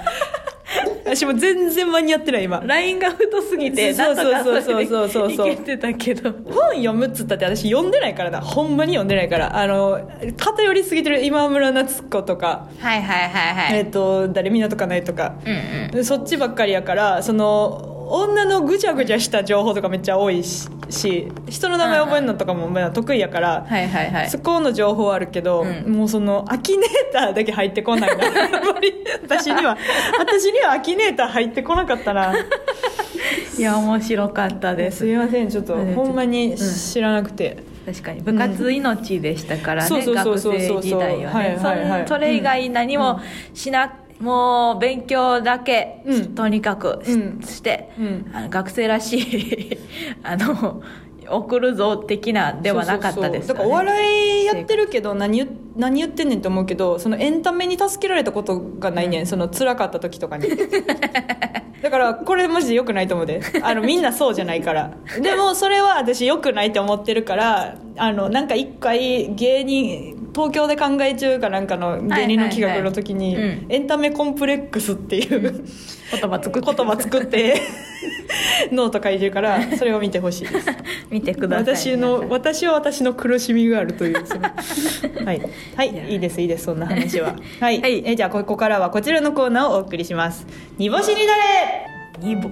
S1: 私も全然間に合ってない今
S2: ラインが太すぎて
S1: そうそうそうそう
S2: なんとか
S1: そうそうそう
S2: れでいけてたけど
S1: 本読むっつったって私読んでないからなほんまに読んでないからあの偏りすぎてる今村夏子とか、
S4: はいはいはいは
S1: えっ、と誰みなとかないとか、
S4: うんうん
S1: そっちばっかりやからその女のぐちゃぐちゃした情報とかめっちゃ多いしし人の名前覚えるのとかもまだ得意やから、
S2: はいはいはい
S1: そこの情報はあるけど、
S2: う
S1: もうそのアキネーターだけ入ってこない
S2: (laughs)
S1: なやっぱり私には私にはアキネーター入ってこなかった
S2: (laughs)
S1: ない
S2: や面白かったです
S1: すいませんちょっと
S2: うん
S1: ほんまに知らなくて。
S2: 確かに部活命でしたから
S1: う
S2: ね、
S1: んそうそう
S2: 学
S1: そうそうそう
S2: 生時代は
S1: はい
S2: ね
S1: はいはい
S2: そんそれ以外何もしな、もう勉強だけ、
S1: うん
S2: とにかくし,、
S1: うん
S2: て、
S1: うん
S2: あの学生らしい (laughs) あの送るぞ的なではなかったです
S1: そうそうそうだか
S2: よね
S1: らお笑いやってるけど何言何言ってんねんって思うけどそのエンタメに助けられたことがないねん、その辛かった時とかに (laughs) だからこれマジで良くないと思うであのみんなそうじゃないからでもそれは私良くないって思ってるからあのなんか一回芸人東京で考え中かなんかの芸人の企画の時に、
S2: はいはいはいうん
S1: エンタメコンプレックスっていう
S2: 言葉
S1: (laughs)
S2: 作
S1: 言
S2: って
S1: 葉作
S2: (laughs)
S1: ってノート書いてるからそれを見てほしいです
S2: 見てください
S1: 私の私は私の苦しみがあるという
S2: (laughs)
S1: そのはい、はい
S2: や
S1: い、いですいいですそんな話
S2: (laughs)
S1: ははい、
S2: はい
S1: えじゃあここからはこちらのコーナーをお送りします煮干しになれ
S2: ニボ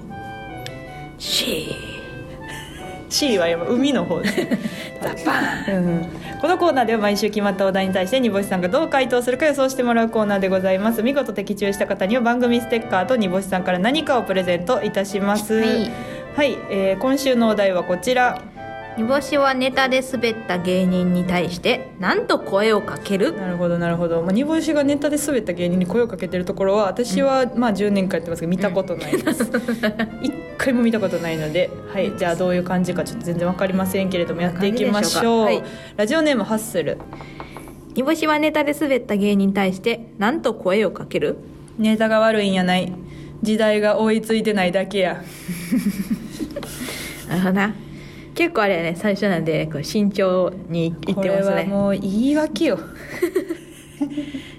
S2: シ
S1: C は今海の方ですね
S2: ー (laughs) ザバーン
S1: うんこのコーナーでは毎週決まったお題に対して煮干しさんがどう回答するか予想してもらうコーナーでございます見事的中した方には番組ステッカーと煮干しさんから何かをプレゼントいたします
S5: はい、
S1: はいえー今週のお題はこちら
S5: 煮干しはネタで滑った芸人に対してなんと声をかける
S1: なるほどなるほど、まあ、煮干しがネタで滑った芸人に声をかけてるところは私は、まあ10年間やってますけど見たことないです、 (laughs) 一回も見たことないので、はい、じゃあどういう感じかちょっと全然わかりませんけれどもやっていきましょう
S5: わかるでしょうか
S1: ラジオネームハッスル
S5: 煮干しはネタで滑った芸人に対してなんと声をかける
S1: ネタが悪いんやない時代が追いついてないだけや
S5: なるほどな結構あれやね最初なんでこう慎重にいって
S1: これ
S5: ます
S1: は
S5: ね
S1: もう言い訳 (laughs) よ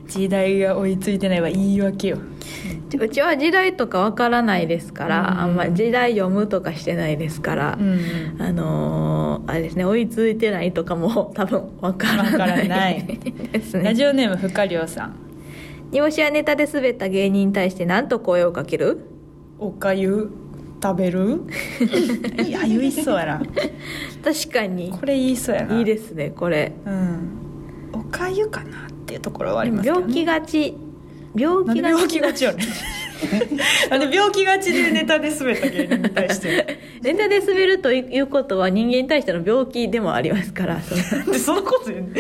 S1: 時代が追いついてないは言い訳よ
S5: うちは時代とかわからないですから、
S1: うん
S5: あんま時代読むとかしてないですから、
S1: うん
S5: あのーあれですね追いついてないとかも (laughs) 多分わからない
S1: わからない
S5: です
S1: ラ
S5: ね
S1: ジオネームふかりょうさん
S5: 煮干しはネタで滑った芸人に対してなんと声をかける
S1: おかゆ食べるいや言いそうやな
S2: 確かに
S1: これ言いそうやない
S2: いですすねこれ
S1: うんおかゆかなっていうところはありますけど、
S2: 病
S1: ね、
S2: 気がち病
S1: なん
S2: 気
S1: で
S2: が
S1: 病
S2: ち
S5: (laughs)
S1: 気がちよね
S2: (laughs)
S1: なんで病気がちでネタで滑った芸人に対して
S2: ネタで滑るということは人間に対しての病気でもありますからその
S1: なんでそのこと言う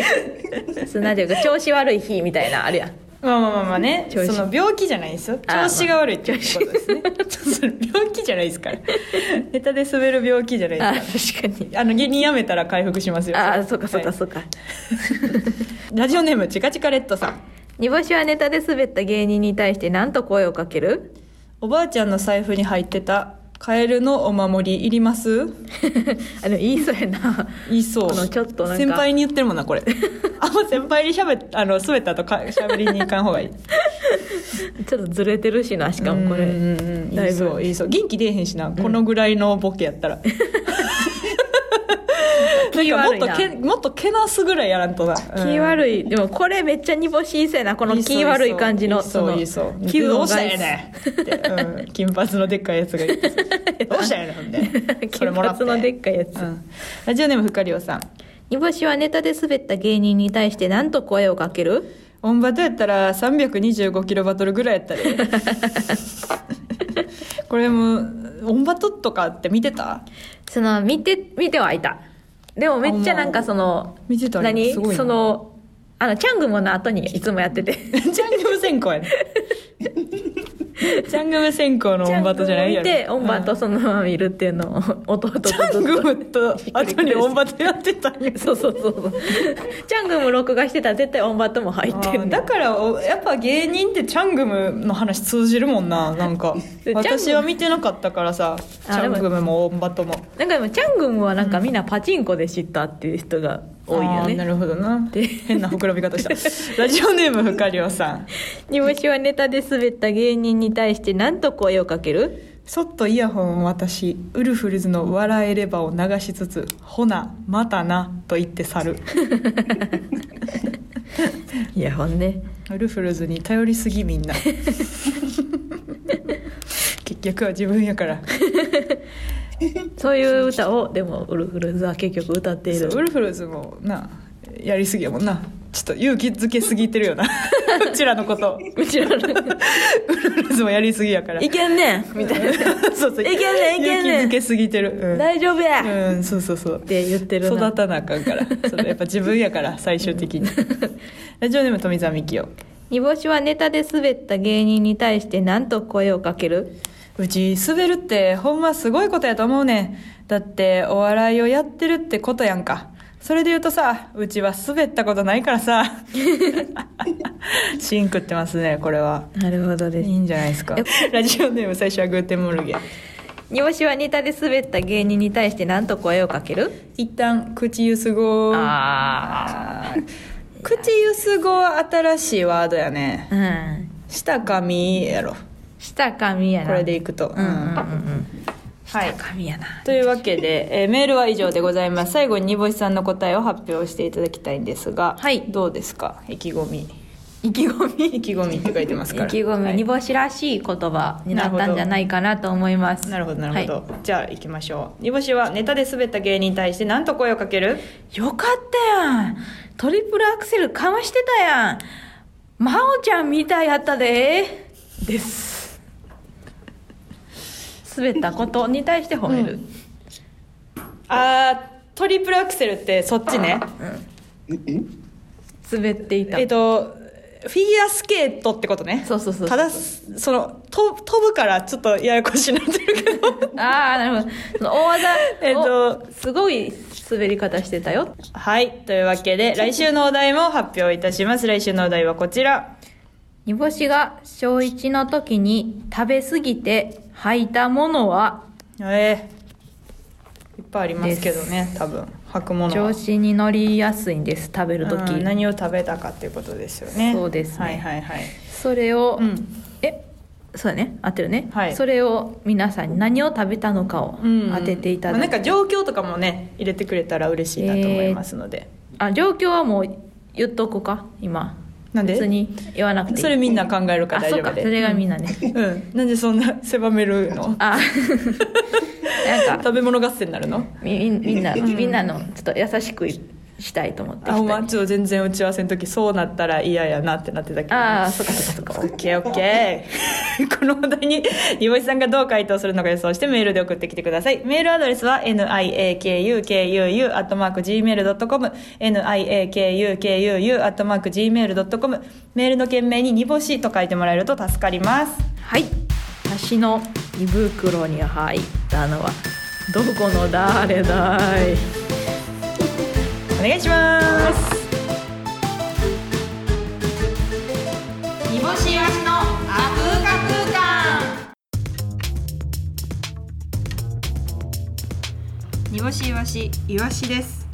S1: ね
S2: そうなんていうか調子悪い日みたいなあるやん
S1: まあまあまあまあねそ
S2: 調子
S1: の病気じゃないですよ
S2: あーまあ
S1: 調子が悪いっていうことですねそれ病気じゃないですからネタで滑る病気じゃない
S2: あ
S1: ですか
S2: 確かに
S1: らあの芸人辞めたら回復しますよ
S2: あそうかそうか
S1: はい
S2: そうか
S1: ラジオネームチカチカレッドさん
S2: 煮干しはネタで滑った芸人に対して何と声をかける (laughs)
S1: おばあちゃんの財布に入ってたカエルのお守りいります
S2: あの言いそうやな
S1: 言いそう
S2: このちょっとなんか
S1: 先輩に言ってるもんなこ
S2: (laughs)
S1: れあんま先輩にしゃべあの滑ったとかしゃべりに行かん方がいい
S2: ちょっとずれてるしなしかもこれ
S1: うんうんうん
S2: だ
S1: 言
S2: い
S1: い
S2: ぶ
S1: そう言いそう元気出えへんしな、このぐらいのボケやったら
S2: (laughs)
S1: なんかも
S2: 気悪いな
S1: っとけもっとけなすぐらいやらんとな
S2: 気悪いでもこれめっちゃ煮干しいいそうやなこ
S1: こ
S2: の気悪い感じの
S1: そ
S2: の
S1: ういそう言いそう
S2: 気
S1: ど
S2: を
S1: うした
S2: 害
S1: んやねんって、う
S2: (laughs)
S1: ん、金髪のでっかいやつが言ってどうしたんやねんほんでそれ
S2: (laughs) 金
S1: もらって
S2: 髪のでっかいやつ
S1: うん、ラジオネームふかりおさん
S2: 煮干しはネタで滑った芸人に対して何と声をかける
S1: オンバトやったら325キロバトルぐらいや
S2: (laughs)
S1: ったでこれもオンバトとかって見て
S2: (laughs)
S1: た
S2: その見て見てはいたでもめっちゃなんかその
S1: 見てた
S2: 何
S1: すごいな
S2: そのあのチャングもの後にいつもやって
S1: (laughs)
S2: て
S1: ジャングム専攻やねジャングム専攻のオンバトじゃないやろ
S2: チャングム見てオンバトそのまま見るっていう
S1: (laughs)
S2: のを弟とず
S1: ジャング
S2: っ
S1: ムと後にオンバトやってたんや
S2: とそうそうそうそうチャングも録画してたら絶対オンバトも入ってる
S1: だからおやっぱ芸人ってチャングムの話通じるもんななん
S2: (laughs)
S1: か
S2: チャングム
S1: 私は見てなかったからさチ
S2: あで
S1: ャ
S2: も
S1: ングムもオンバトも
S2: なんかでもチャングムはなんかみんなパチンコで知ったっていう人が多い
S1: あ
S2: よ
S1: ーな
S2: ね
S1: るほどな
S2: で
S1: 変な膨らみ方した
S2: (laughs)
S1: ラジオネームふかりょうさん
S2: 煮干しはネタで滑った芸人に対して何と声をかける
S1: そっとイヤホンを渡しウルフルズの「笑えれば」を流しつつ「ほなまたな」と言って去る
S2: いやほんね
S1: ウルフルズに頼りすぎみ
S2: (laughs)
S1: んな結局は自分やから
S2: そういう歌をでもウルフルズは結局歌ってい
S1: そ
S2: る
S1: うウルフルズもなやりすぎやもんなちょっと勇気づけすぎてる
S2: (laughs)
S1: よなうちらのこと
S2: うちらの
S1: ウルフルズもやりすぎやから
S2: いけんねんみたい
S1: そうそう
S2: いけんねんいけんねん
S1: 勇気づけすぎてる、う
S2: なん大丈夫や、っ
S1: うんそうそうそう
S2: て言ってる
S1: 育
S2: な
S1: たなあかんからそれやっぱ自分や (laughs) から最終的にラジオネーム富澤美樹よ
S2: 煮干しはネタで滑った芸人に対して何と声をかける
S1: うち滑るってほんますごいことやと思うねんだってお笑いをやってるってことやんかそれで言うとさうちは滑ったことないから (laughs) さシンクってますねこれは
S2: なるほど
S1: い
S2: です
S1: いんじゃないですかラジオネーム最初はグーテンモルゲン
S2: 煮干しはネタで滑った芸人に対して何と声をかける
S1: 一旦口ゆすご
S2: あ
S1: 口ゆすごは新しいワードやね
S2: うん
S1: 舌かみやろ
S2: 下髪やな
S1: これでいくと、
S2: うんうんうんうん
S1: はい
S2: 髪やな
S1: というわけで、えーメールは以上でございます最後に煮干しさんの答えを発表していただきたいんですが、
S2: はい
S1: どうですか意気込み
S2: 意気込み
S1: 意気込みって書いてますから
S2: 意気込み、
S1: はい
S2: 煮干しらしい言葉になったんじゃないかなと思います
S1: なるほどなるほど、
S2: は
S1: じゃあ行きましょう煮干しはネタで滑った芸人に対して何と声をかける
S2: いよかったやんトリプルアクセルかましてたやん真央ちゃんみたいやったでです滑ったことに対して褒める、
S1: あートリプルアクセルってそっちね
S3: ええ
S2: 滑っていた、
S1: えっとフィギュアスケートってことね
S2: そうそうそう
S1: ただそのと飛ぶからちょっとややこしいなってるけ
S2: (laughs)
S1: ど
S2: ああなるほどその大技
S1: (laughs) えっと
S2: おすごい滑り方してたよ
S1: はいというわけで来週のお題も発表いたします来週のお題はこちら
S2: 煮干しが小1の時に食べ過ぎて吐いたものは
S1: ええいっぱいありますけどね多分履くもの
S2: 調
S1: は
S2: 子に乗りやすいんです食べる時
S1: うん何を食べたかっていうことですよね
S2: そうですね
S1: はいはいはい
S2: それを、
S1: うん
S2: えそうだね合ってるね、
S1: はい
S2: それを皆さんに何を食べたのかを当てていただ
S1: ま
S2: く、
S1: あなんか状況とかもね入れてくれたら嬉しいなと思いますので、
S2: あ状況はもう言っとこうか今
S1: なんで
S2: 別に言わなくていい
S1: それみんな考えるから大
S2: あ
S1: 丈
S2: そう
S1: 夫
S2: か
S1: で
S2: それがみんなね
S1: うん、なんでそんな狭めるの (laughs)
S2: あなんか
S1: 食べ物合戦になるの
S2: みみみんなみんなのちょっと優しくしたいと思って
S1: あほんま
S2: 人に
S1: ちょっと全然打ち合わせの時そうなったら嫌やなってなってたけど
S2: ああそっかそっかそ
S1: オ
S2: っか
S1: ッケーオッケー (laughs) このお題に岩井さんがどう回答するのか予想してメールで送ってきてくださいメールアドレスは niakukuu.gmail.com niakukuu.gmail.com メールの件名に煮干しと書いてもらえると助かります
S2: はい私の胃袋に入ったのはどこの誰だい
S1: お願いします
S6: 煮干しわしのあくーか空間
S1: 煮干しイワシイワシです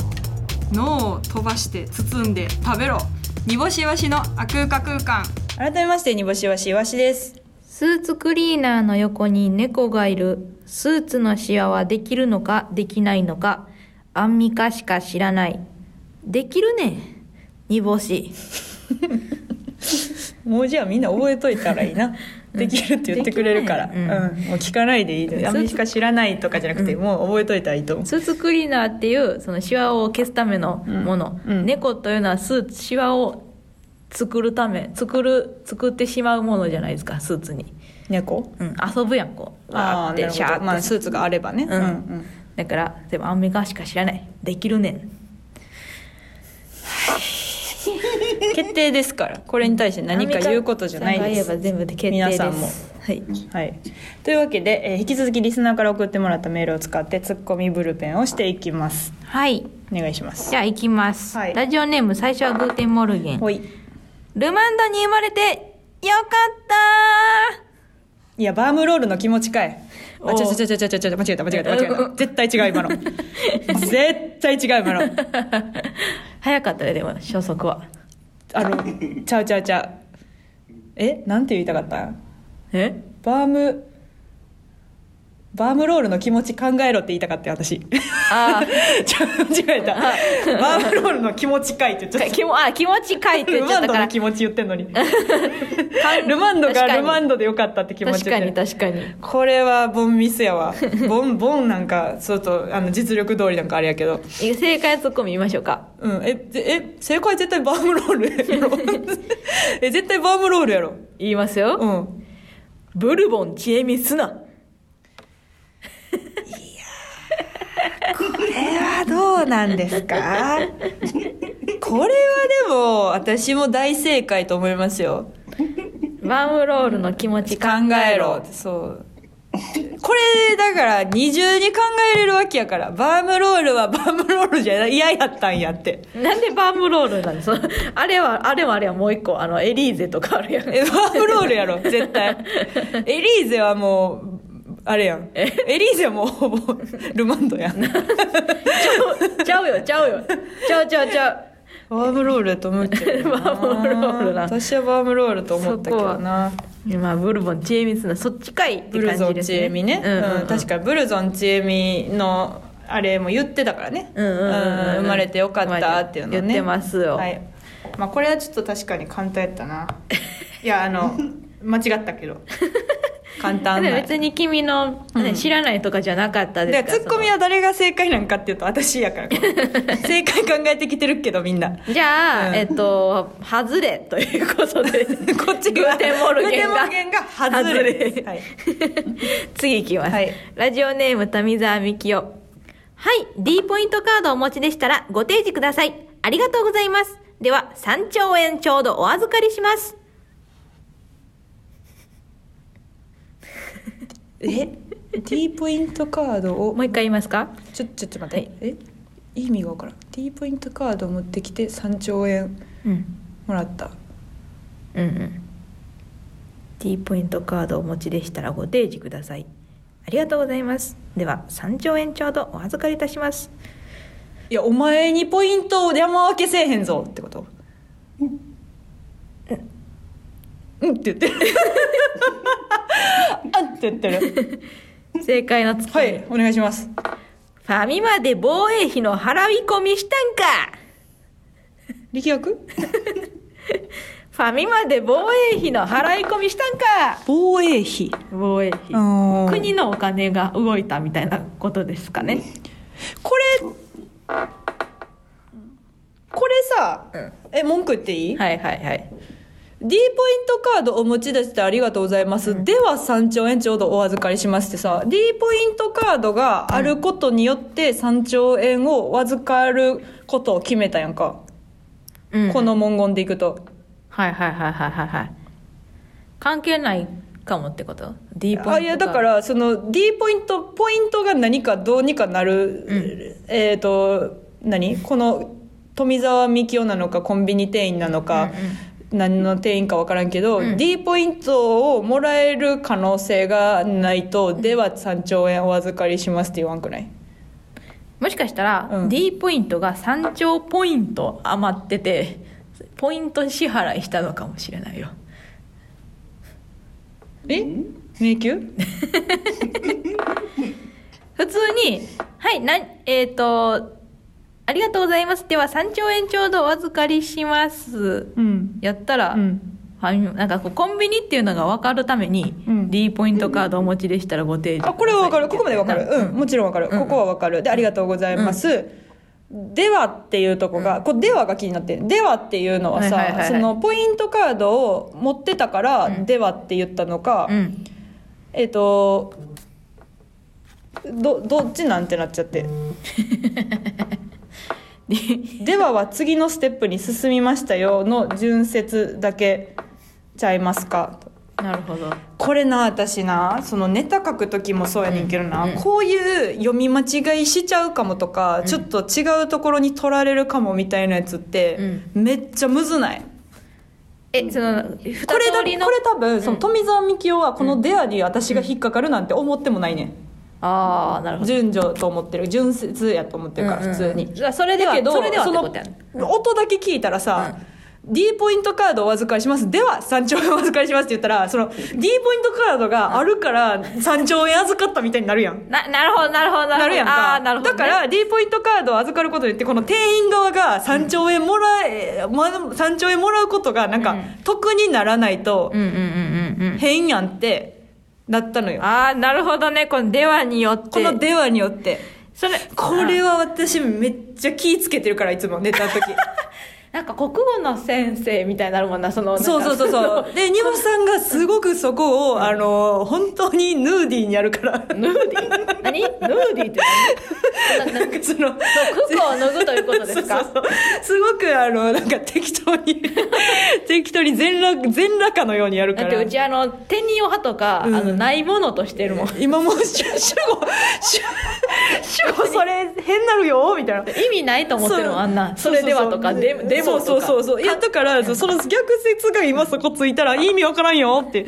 S1: 脳を飛ばして包んで食べろ煮干しイワシのあ空間空間改めまして煮干しイワシイワシです
S2: スーツクリーナーの横に猫がいる。スーツのシワはできるのかできないのか。アンミカしか知らない。できるね。煮干し。
S1: もうじゃあみんな覚えといたらいい (laughs) なできるって言ってくれるから、
S2: で
S1: う
S2: き
S1: ん
S2: な
S1: も
S2: い
S1: う聞かないでいいで
S2: うん
S1: あんまりしか知らないとかじゃなくて、
S2: う
S1: もう覚えといたらいいと思う
S2: スーツクリーナーっていうそのシワを消すためのもの。
S1: うんうん
S2: 猫というのはスーツ、シワを作るため、作る、作ってしまうものじゃないですか、スーツに。
S1: 猫
S2: うん、遊ぶやん、こう。わー
S1: ああ
S2: っ
S1: ーな
S2: て
S1: る
S2: シャーっ
S1: ほ
S2: て
S1: ど、まあ、スーツがあればね、
S2: うんだから、でもアンミカしか知らない。できるねん。
S1: うん決定ですからこれに対して何か言うことじゃないです
S2: アンミカさんが言えば全部で決定です。
S1: 皆さんも
S2: はい。
S1: はい、というわけで、えー引き続きリスナーから送ってもらったメールを使ってツッコミブルペンをしていきます
S2: はい。
S1: お願いします
S2: じゃあ行きます、
S1: はい
S2: ラジオネーム最初はグーテンモルゲン。
S1: ほい
S2: ルマンダに生まれてよかった
S1: いやバームロールの気持ちかい
S2: お
S1: あ
S2: う
S1: ちょちょちょちょちょちょ間違えた間違えた間違え
S2: う
S1: た
S2: ん
S1: 絶対違う今の絶対違う今の
S2: ー (laughs) 早かったよ、でも、初速は。
S1: あのちゃうちゃうちゃうえなんて言いたかったん
S2: え
S1: バームバームロールの気持ち考えろって言いたかったよ私 (laughs)
S2: あ
S1: ちょ間違えたバームロールの気持ちかいって言っちゃっ
S2: あ、
S1: た
S2: 気も、あ、気持ち書いて
S1: (laughs) ル
S2: 言っちゃ
S1: マ
S2: っ
S1: ン
S2: た
S1: ド
S2: (laughs) か
S1: の
S2: ら。
S1: 気持ち言ってんのに
S2: かん
S1: ルマンドが
S2: 確かに
S1: ルマンドでよかったって気持ち
S2: 確
S1: で
S2: かに確かに。
S1: これはボンミスやわ (laughs) ボンボンなんかちょっとあの実力通りなんかあれやけど、
S2: え正解ツッコミ見ましょうか。
S1: うん、えぜえ正解絶対バームロールや
S2: (laughs)
S1: ろえ絶対バームロールやろ
S2: 言いますよ。
S1: うん
S2: ブルボン知恵ミスナ。
S1: これはどうなんです
S2: (laughs)
S1: かこれはでも私も大正解と思いますよ
S2: バームロールの気持ち
S1: 考えろそうこれだから二重に考えれるわけやからバームロールはバームロールじゃない嫌やったんやって
S2: なんでバームロールなんですかあれは、あれはあれはもう一個、あの、エリーゼとかあるやん。
S1: えバームロールやろ絶対エリーゼはもうあれやんエリーゼはもうほぼルマンドやんバ
S2: ちゃうよ、ちゃうよ。ちゃうちゃうちゃう。
S1: ームロールやと思っちゃうよな
S2: (laughs) バームロールな
S1: 私はバームロールと思ったけどな
S2: まあ、ブルボン、チエミスな、そっちかいって
S1: ブルゾ
S2: 感じ
S1: ン
S2: です
S1: チ
S2: ね。
S1: エミね、
S2: うんうんうん
S1: うん確かにブルゾンチエミのあれも言ってたからね、
S2: うんうんうんうん
S1: 生まれてよかったっていうのね
S2: 言ってますよ
S1: はいまあ、これはちょっと確かに簡単やった
S2: (laughs)
S1: ないやあの間違ったけど簡単
S2: で
S1: な
S2: 別に君の、ね知らないとかじゃなかったで
S1: で
S2: すから。
S1: ツッコミ
S2: は。
S1: は誰が正解なんかっていうと私やから
S2: (laughs)
S1: 正解考えてきてるけどみんな
S2: じゃあ、
S1: うん
S2: えっと、ハズレというこ
S1: (laughs)
S2: とで、こっちグーテンモルゲ
S1: グーテ
S2: ン
S1: ンモ
S2: が
S1: ル。ゲンが外れです
S2: 外れ
S1: はい
S2: (laughs) 次いきます、
S1: はい
S2: ラジオネーム富澤美樹夫はい、D ポイントカードをお持ちでしたらご提示ください。ありがとうございます。では、3兆円ちょうどお預かりします。
S1: え (laughs) D ポイントカードを
S2: もう一回言いますか
S1: ちょちょっと待って、え意味が分からん T ポイントカード持ってきて3兆円
S2: うん。
S1: もらった
S2: うんうん。D ポイントカードをお持ちでしたらご提示ください。ありがとうございます。では、3兆円ちょうどお預かりいたし (laughs) ます。
S1: いやお前にポイントを山分けせえへんぞってことうんって言 (laughs) ってるあって言ってる
S2: 正解のツッコ
S1: は
S2: ミ。
S1: いお願いします
S2: ファミマで防衛費の払い込みしたんか
S1: 力学
S2: フファミマで防衛費の払い込みしたんか
S1: 防衛費
S2: 防衛費
S1: うん
S2: 国のお金が動いたみたいなことですかね
S1: これこれさ、え文句言っていい、
S2: はいはいはい
S1: D ポイントカードお持ち出してありがとうございます、では3兆円ちょうどお預かりしますってさ D ポイントカードがあることによって3兆円をお預かることを決めたやんか、
S2: うん
S1: この文言でいくと
S2: はいはいはいはいはいはい関係ないかもってこと D ポイント
S1: あいやだからその D ポイントポイントが何かどうにかなる、えっ、と何この富澤美樹夫なのかコンビニ店員なのか、何の店員か分からんけど、D ポイントをもらえる可能性がないと、では3兆円お預かりしますって言わんくない
S2: もしかしたら、
S1: うん
S2: D ポイントが3兆ポイント余っててポイント支払いしたのかもしれないよ
S1: え迷 (laughs) 宮
S2: 普通に「はいなえっ、とありがとうございますでは3兆円ちょうどお預かりします
S1: うん」
S2: やったら、
S1: うん
S2: ファミなんかこうコンビニっていうのが分かるために、
S1: うん
S2: D ポイントカードお持ちでしたらご提示
S1: あこれは分かるここまで分かるうんもちろん分かる、
S2: ん
S1: ここは分かるで「ありがとうございます」ではっていうとこが、こうではが気になってるではっていうのはさ、
S2: はいはいはいはい
S1: そのポイントカードを持ってたから、ではって言ったのか、
S2: うん
S1: えっ、とどどっちなんてなっちゃっ
S2: (laughs)
S1: て「では」は次のステップに進みましたよの順接だけちゃいますかと
S2: なるほど
S1: これな私なそのネタ書く時もそうやねんけどな、こういう読み間違いしちゃうかもとか、ちょっと違うところに取られるかもみたいなやつって、めっちゃむずない
S2: えその2通
S1: これだこ
S2: り
S1: れ
S2: の
S1: 多分その富澤美樹夫はこの「デアに私が引っかかるなんて思ってもないね
S2: ああなる
S1: ん
S2: ほど
S1: 順序と思ってる順接やと思ってるから
S2: うんうん
S1: 普通に、
S2: じゃあそれでは
S1: だけど
S2: それではっ
S1: そ
S2: て
S1: の
S2: ことやね
S1: 音だけ聞いたらさ、D ポイントカードお預かりしますでは3兆円お預かりしますって言ったらその D ポイントカードがあるから3兆円預かったみたいになるやん
S2: ななるほどなるほどなるほど
S1: なるやんか
S2: あーなるほどね、
S1: だから D ポイントカードを預かることによってこの店員側が3兆円もらえ、ま、3兆円もらうことがなんか得にならないと
S2: うんうんうんうんうん
S1: 変やんってなったのよ、
S2: ああなるほどねこのではによって
S1: この「では」によって
S2: それ
S1: これは私めっちゃ気つけてるからいつも寝た時
S2: なんか国語の先生みたいになるもんなそのなんか
S1: そうそうそうそうで荷物さんがすごくそこをあの本当にヌーディーにやるから
S2: ヌ
S1: (laughs)
S2: ーディー何ヌーディーって何な
S1: なんかその
S2: 服を脱ぐということですか
S1: そうそうそうすごくあのなんか適当
S2: (laughs)
S1: に適当に全裸全裸かのようにやるか
S2: だっ
S1: ら
S2: てうちあの天人派とか、
S1: うん
S2: あのないものとしてるもん
S1: 今もう主語主語それ変なるよみたいな
S2: 意味ないと思ってるもんあんなそれではとかででもとか
S1: そうそうそうそういやだからその逆説が今そこついたら意味わからんよって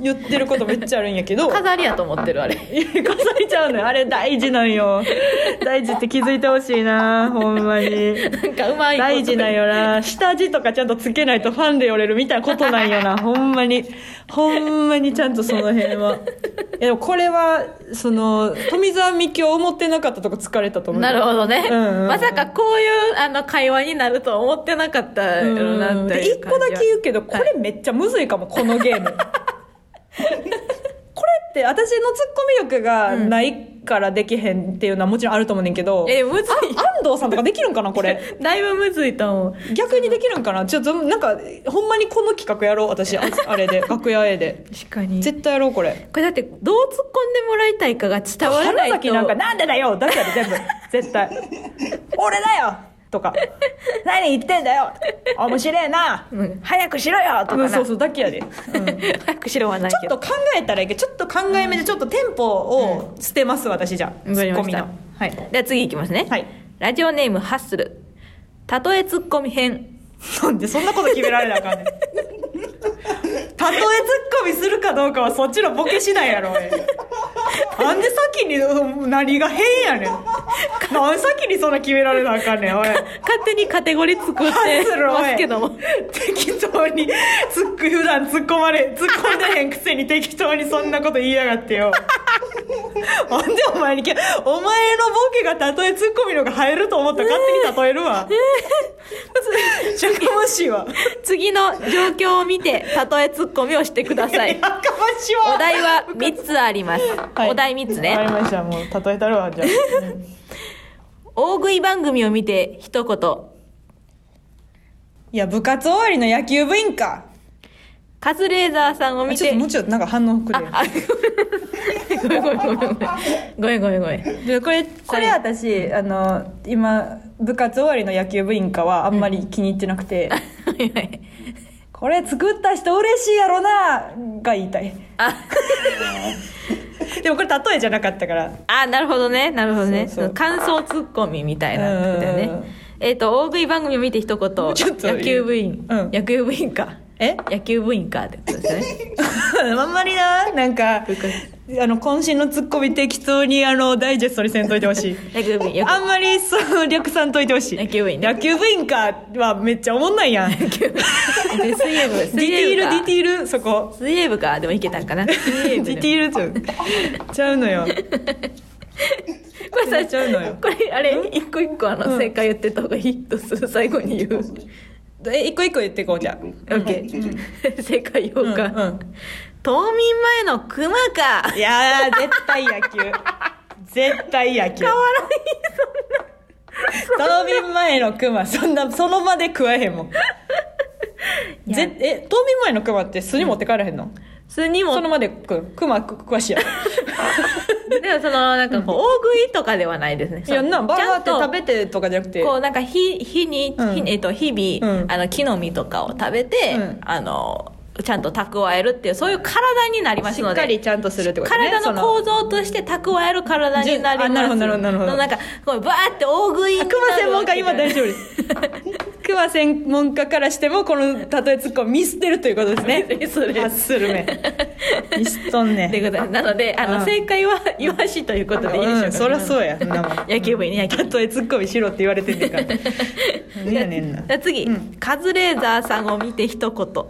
S1: 言ってることめっちゃあるんやけど
S2: 飾りやと思ってるあれ
S1: いや飾れちゃうのよあれ大事なんよ大事って気づいてほしいなほんまに
S2: なんかうまいこと
S1: 大事なんよな下地とかちゃんとつけないとファンで寄れるみたいなことなんよなほんまにほんまにちゃんとその辺はいやでもこれはその富澤美樹を思ってなかったとこ疲れたと思う
S2: なるほどね、
S1: うんうん
S2: まさかこういうあの会話になるとは思ってなかった
S1: う
S2: よなっ
S1: ん
S2: て
S1: で
S2: いう
S1: 一個
S2: 感
S1: だ
S2: じは
S1: け言うけどこれめっちゃむずいかもこのゲーム
S2: (laughs)
S1: これって私のツッコミ力がないからできへんっていうのはもちろんあると思うねんけど、
S2: えむず
S1: 安藤さんとかできるんかなこれ (laughs)
S2: いだいぶむずいと思う
S1: 逆にできるんかなちょっとなんかほんまにこの企画やろう私ああれ (laughs) で楽屋 A で
S2: 確かに
S1: 絶対やろうこれ
S2: これだってどう突っ込んでもらいたいかが伝わらな
S1: 花
S2: い
S1: 咲
S2: と
S1: なんか「なんでだよ!」だけで全部絶 (laughs) 対「俺だよ!」とか「何言ってんだよ!」面白えな
S2: うん早くしろよとか
S1: う
S2: な、
S1: んそうそうだけやで、うんちょ
S2: 早くしろは (laughs) ないけ
S1: っ
S2: ど
S1: と考えたらいいけどちょっと考えめでちょっとテンポを捨てます私じゃあ
S2: わ
S1: ツ
S2: かり
S1: ッコ
S2: ま
S1: ミ
S2: した
S1: のはい
S2: では次いきますね、
S1: はい
S2: ラジオネームハッスルたとえツッコミ編
S1: なんでそんなこと決められなあかんねんたとえツッコミするかどうかはそっちのボケ次第やろおいなんで先にうん何が変やねんなんで先にそんな決められなあかんねんおい
S2: 勝手にカテゴリー作ってますけども
S1: 適当につっ普段突っ込まれ突っ込んでへんくせに適当にそんなこと言いやがってよほんでお前にけお前のボケがたとえツッコミのが入ると思ったら勝手に例えるわやかましいわ
S2: 次の状況を見て、たとえツッコミをしてくださ
S1: や (laughs)
S2: い。
S1: かましいわ
S2: お題は3つあります。
S1: はい
S2: お題3つ
S1: わか
S2: ね。
S1: りましたもう例えたるわ (laughs) じゃあ
S2: 大食い番組を見て、一言。
S1: いや部活終わりの野球部員か
S2: カズレーザーさんを
S1: あ
S2: 見
S1: ちょってと、もうちょっとなんか反応くれ
S2: あ、ごめんごめんごめんごめん。ごめんごめん
S1: (laughs)
S2: ごめん。
S1: でこれこれ私あの今部活終わりの野球部員かはあんまり気に入ってなくて、
S2: (laughs) はいはい。
S1: (laughs) これ作った人嬉しいやろなが言いたい
S2: あ、
S1: でもこれ例えじゃなかったから
S2: あ、なるほどね、なるほどね。
S1: そうそう
S2: 感想ツッコミみたいなことだ
S1: うんうんう
S2: よ
S1: ん
S2: ね。えっ、と、大食い番組を見て一言。
S1: ちょっと
S2: 野球部員、
S1: うん
S2: 野球部員か。
S1: え
S2: 野球部員かってことですね。
S1: (laughs) あんまりななんかあの渾身のツッコミ適当にあのダイジェストにせんといてほしい
S2: 野球部員、よく
S1: あんまりそう略さんといてほしい
S2: 野球部員ね
S1: 野球部員かはめっちゃおもんないやん (laughs) ディテ
S2: で水泳部、
S1: ィールデ
S2: 水泳部か。
S1: ィティールそこ
S2: 水泳部か、でもいけたんかな。水泳
S1: ディ
S2: 部でも
S1: ティールちゃうちゃうのよ
S2: これ
S1: やっちゃうのよ
S2: これあれ一個一個あの、
S1: うん
S2: 正解言ってた方がいいとする最後に言う (laughs)
S1: え一個一個言っていこうじゃん
S2: オッケー正解言おうか、
S1: うんうん
S2: 冬眠前のクマか
S1: いやー絶対野球絶対野球変わらないそんな冬眠前のクマそんなその場で食わへんもんぜえ冬眠前のクマって巣に持って帰らへんの、
S2: 普通にも
S1: その場で食うクマ食 (laughs) わしや
S2: でもそのなんかこう大食いとかではないですね
S1: いやんなバーガーって
S2: ちゃんと
S1: 食べてとかじゃなくて
S2: こうなんか日日に、
S1: うん
S2: 日えっと、日々、
S1: うん
S2: あの木の実とかを食べて、
S1: うん
S2: あのちゃんと蓄えるっていうそういう体になります
S1: し
S2: の
S1: っ
S2: で
S1: かりちゃんとするってことね
S2: 体
S1: そ
S2: の構造として蓄える体になりま
S1: じゅあ
S2: す
S1: なるほどなるほどなるほど
S2: そのなんかこうバーって大食いにな
S1: あ
S2: る
S1: クマ専門家今大
S2: 夫
S1: 丈夫ですクマ専門家からしてもこの例えツッコミミスってるということですね
S2: (laughs) ミスる
S1: 発するめミスっとんね
S2: ということでなのであの、
S1: うん
S2: 正解はイワシということでいいでしょうか、
S1: ん、そりゃそうやそんなもん
S2: (laughs) 野球部にね野
S1: た
S2: 球
S1: とえツッコミしろって言われてんねんから何やねんな
S2: じゃあ次、
S1: うん
S2: カズレーザーさんを見て一言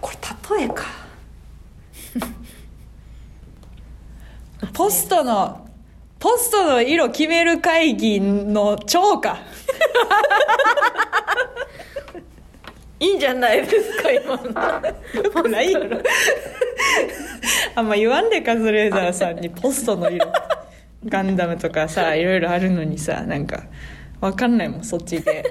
S1: これ例えかポストのポストの色決める会議の長か
S2: いいんじゃないです
S1: (laughs)
S2: か今の
S1: よくない
S2: (laughs)
S1: やろあんま言わんでカズレーザーさんにポストの色ガンダムとか
S2: (laughs)
S1: さいろいろあるのにさなんかわかんないもんそっち
S2: (laughs)
S1: で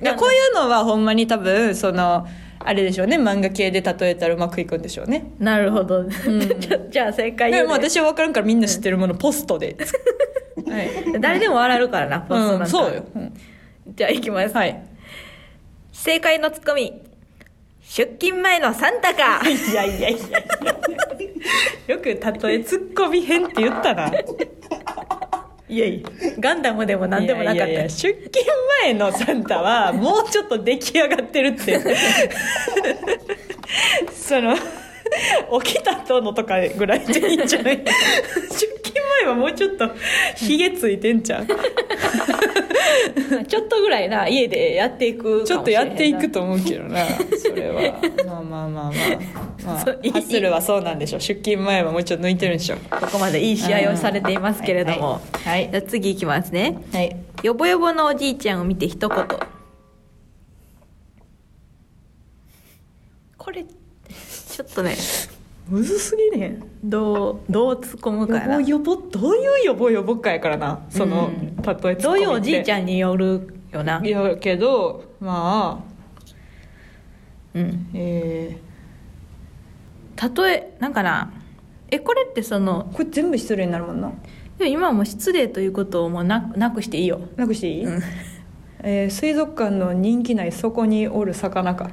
S1: でこういうのはほんまに多分そのあれでしょうね漫画系で例えたらうまくいくんでしょうね
S2: なるほど、 (laughs) じゃじゃあ正解言
S1: で
S2: う
S1: も
S2: ね
S1: 私は分からんからみんな知ってるものポス
S2: (laughs)
S1: トで、はい、
S2: 誰でも笑えるからなポストなん
S1: う
S2: か
S1: ん、そうよ、うん
S2: じゃあいきます、
S1: はい
S2: 正解のツッコミ出勤前のサンタか
S1: いやいやいやいや (laughs) よく例えツッコミ編って言ったない
S2: や (laughs) いやガンダムでも何でもなかった
S1: いやいやいや出勤前のサンタ (laughs) はもうちょっと出来上がってるって (laughs) その起きた後のとかぐらいでいいんじゃない (laughs) 出勤前はもうちょっとひげついてんじゃん
S2: ちょっとぐらいな家でやっていく
S1: ちょっとやっていく
S2: と
S1: と思うけどなそれはまあまあまあまあ、まあ、ハ
S2: そういい
S1: ッスルはそうなんでしょう出勤前はもうちょっと抜いてるんでしょう
S2: ここまでいい試合をされていますけれども、
S1: はいはい
S2: じゃあ次いきますね
S1: はい
S2: よぼよぼのおじいちゃんを見て一言これちょっとね
S1: むずすぎね
S2: どうどう突っ込むかや
S1: 予
S2: な
S1: 防予防どういう予防予防かやからなその、
S2: うん
S1: たとえツッ
S2: ど
S1: コミ
S2: う
S1: って
S2: いうおじいちゃんによるよない
S1: やけどまあ
S2: うん
S1: え
S2: たとえなんかなえこれってその
S1: ー、これ全部失礼になるもんな
S2: でも今はもう失礼ということをもうななくしていいよ
S1: なくしていい、
S2: うん
S1: えー水族館の人気ないそこにおる魚
S2: (laughs)
S1: か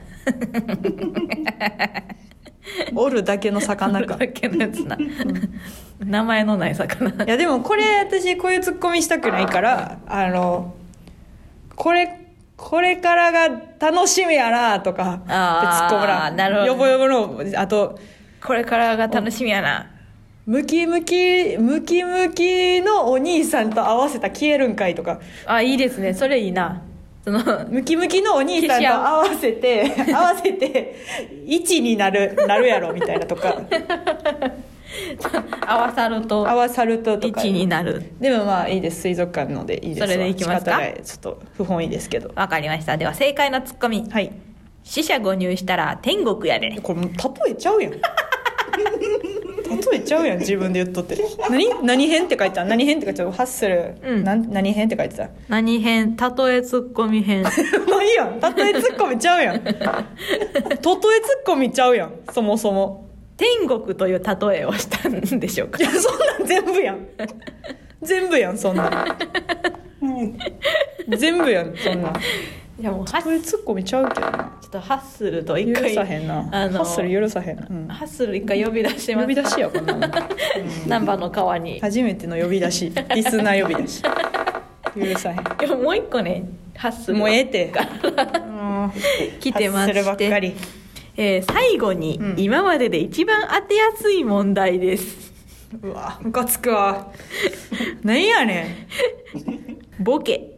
S1: おるだけの魚
S2: (laughs)
S1: か
S2: だけのやつな、名前のない魚
S1: いやでもこれ私こういうツッコミしたくないからあのこれこれからが楽しみやなとかって
S2: あー
S1: 突っ込むら
S2: なるほど
S1: よぼよぼのあと
S2: これからが楽しみやな
S1: ムキムキムキムキのお兄さんと合わせた消えるんかいとか
S2: あいいですねそれいいなその
S1: ムキムキのお兄さんと合わせ
S2: (laughs) (laughs)
S1: て合わせて1になるなるやろみたいなとか
S2: 合わさると
S1: 合わさるととか
S2: 1になる
S1: でもまあいいです水族館のでいいですわ
S2: それでいきますか
S1: 仕方ないちょっと不本意ですけど
S2: わかりましたでは正解のツッコミ
S1: はい
S2: 死者誤入したら天国やで
S1: これもう例えち
S2: (laughs)
S1: ゃうやん例えちゃうやん自分で言っとって何何編って書いてた何編って書いてたハッスル、
S2: うん
S1: なん何編って書いてた
S2: 何編たとえツッコミ編
S1: もういいやん例えツッコミちゃうやん例えツッコミちゃうやんそもそも
S2: (laughs) 天国という例えをしたんでしょうか
S1: いやそんなん全部やん全部やんそんなん全部やんそんなん
S2: いやもうはち
S1: 例
S2: ょ
S1: えツッコミちゃうけどな
S2: っとハッスルと一
S1: 許
S2: 回
S1: さへんな
S2: あ
S1: ハ
S2: の
S1: ッスル許さへんな、うん
S2: ハッスル一回呼び出してます
S1: 呼び出しやこんなの
S2: 難波の川に
S1: 初めての呼び出しリスナー呼び出し許さへん
S2: いやもう一個ねハッスル
S1: もうええて
S2: 来てま
S1: そ
S2: して
S1: ればっかり
S2: えー最後に、
S1: うん
S2: 今までで一番当てやすい問題です
S1: うわムカつくわ何やね
S2: ボケ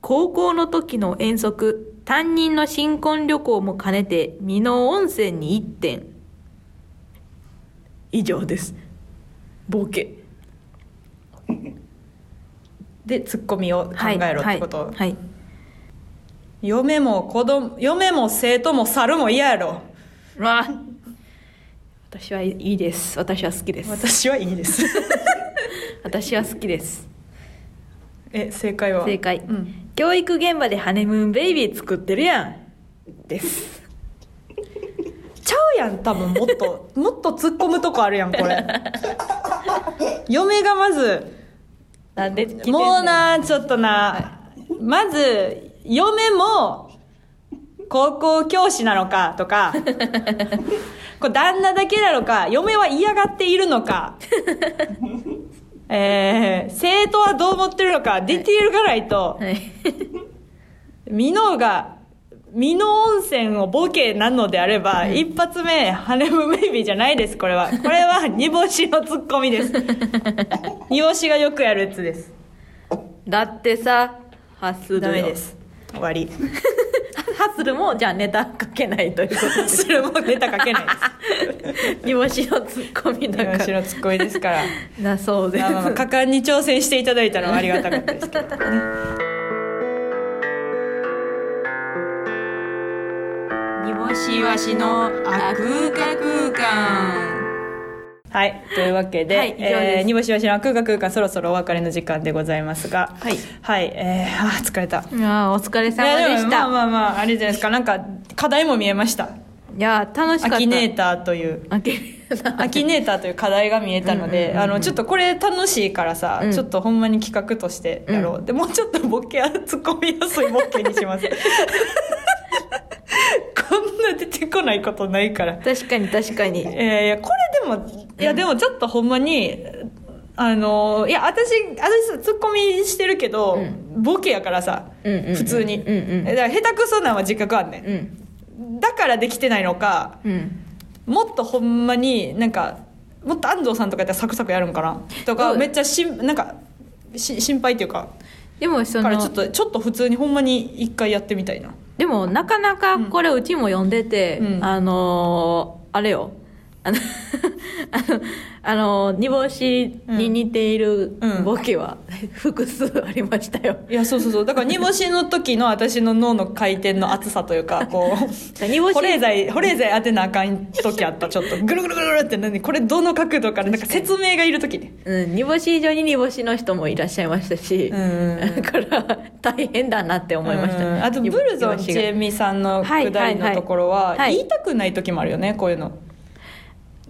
S2: 高校の時の遠足担任の新婚旅行も兼ねて美濃温泉に1点以上ですボケ
S1: んでツッコミを考
S2: はい
S1: えろってこと、
S2: はい、はい
S1: 嫁も子供嫁も生徒も猿も嫌やろ
S2: うわ私はいいです私は好きです
S1: 私はいいです
S2: 私は好きです
S1: え正解は
S2: 正解、
S1: うん
S2: 教育現場でハネムーンベイビー作ってるやんです
S1: ちゃうやん多分もっ
S2: (laughs)
S1: ともっと突っ込むとこあるやんこれ嫁がまず
S2: なんで聞いてんねん
S1: もうなちょっとな、まず嫁も高校教師なのかと
S2: (laughs)
S1: かこれ旦那だけなのか嫁は嫌がっているの
S2: (laughs)
S1: かえー、生徒はどう思ってるのかディティールがないと
S2: はい
S1: 箕面が箕面温泉をボケなのであれば、一発目ハネムメイビーじゃないですこれはこれは煮干しのツッコミです煮干しがよくやるやつです
S2: だってさハッスルよ
S1: ダメです終わり
S2: ハッスルもじゃあネタかけないということで
S1: それもネタかけない (laughs)
S2: 煮干しのツッコミ
S1: で
S2: だ
S1: す
S2: か
S1: 面白
S2: ら
S1: いツッコミですから
S2: だ (laughs) そうです
S1: まあまあまあ果敢に挑戦していただいたのはありがたかったですけどね
S4: 煮干しわしのあ空間空間
S1: はいというわけで,、
S2: はい以上です
S1: えー煮干しわしの空間空間そろそろお別れの時間でございますが
S2: はい、
S1: はい、えー、あー疲れた
S2: いやあお疲れ
S1: い
S2: 様で
S1: も
S2: し
S1: ま
S2: た
S1: あまあまああれじゃないですかなんか課題も見えました
S2: いやあ楽しか
S1: ア
S2: った
S1: キネーターという
S2: アキネーター
S1: アキネーターという課題が見えたので、あのちょっとこれ楽しいからさ、
S2: うん
S1: ちょっとほんまに企画としてやろう、でもうちょっとボケやツッコミやすいボケにし
S2: (laughs)
S1: ますこんな出てこないことないから、
S2: 確かに確かに
S1: えーいやこれでもいやでもちょっとほんまにあのいや私私ツッコミしてるけど、ボケやからさ、
S2: うんうんうん
S1: 普通に、
S2: うんうん
S1: だから下手くそなんは自覚あんねん
S2: うん
S1: だからできてないのか
S2: うん
S1: もっとほんまになんかもっと安藤さんとかやったらサクサクやるんかなとか
S2: うん
S1: めっちゃしんなんかし心配っていうか
S2: でもそ
S1: だか
S2: の
S1: らちょっとちょっと普通にほんまに一回やってみたいな
S2: でもなかなかこれうちも読んでて、
S1: うん
S2: あのーあれよあの (laughs) あのあの煮干しに似ている
S1: うん
S2: ボケは (laughs) 複数ありましたよ
S1: いやそうそうそうだから煮干しの時の私の脳の回転の厚さという
S2: (laughs)
S1: かこう
S2: 煮干し
S1: 保冷剤保冷剤当てなあかん時あったちょっとぐるぐるぐるぐるって何これどの角度からなんか説明がいる時ね
S2: うん、煮干し以上に煮干しの人もいらっしゃいましたし、
S1: うん
S2: だから大変だなって思いました、
S1: うんあとブルゾンちえみさんのくだりのところは
S2: はいはいはい
S1: 言いたくない時もあるよねこういうの。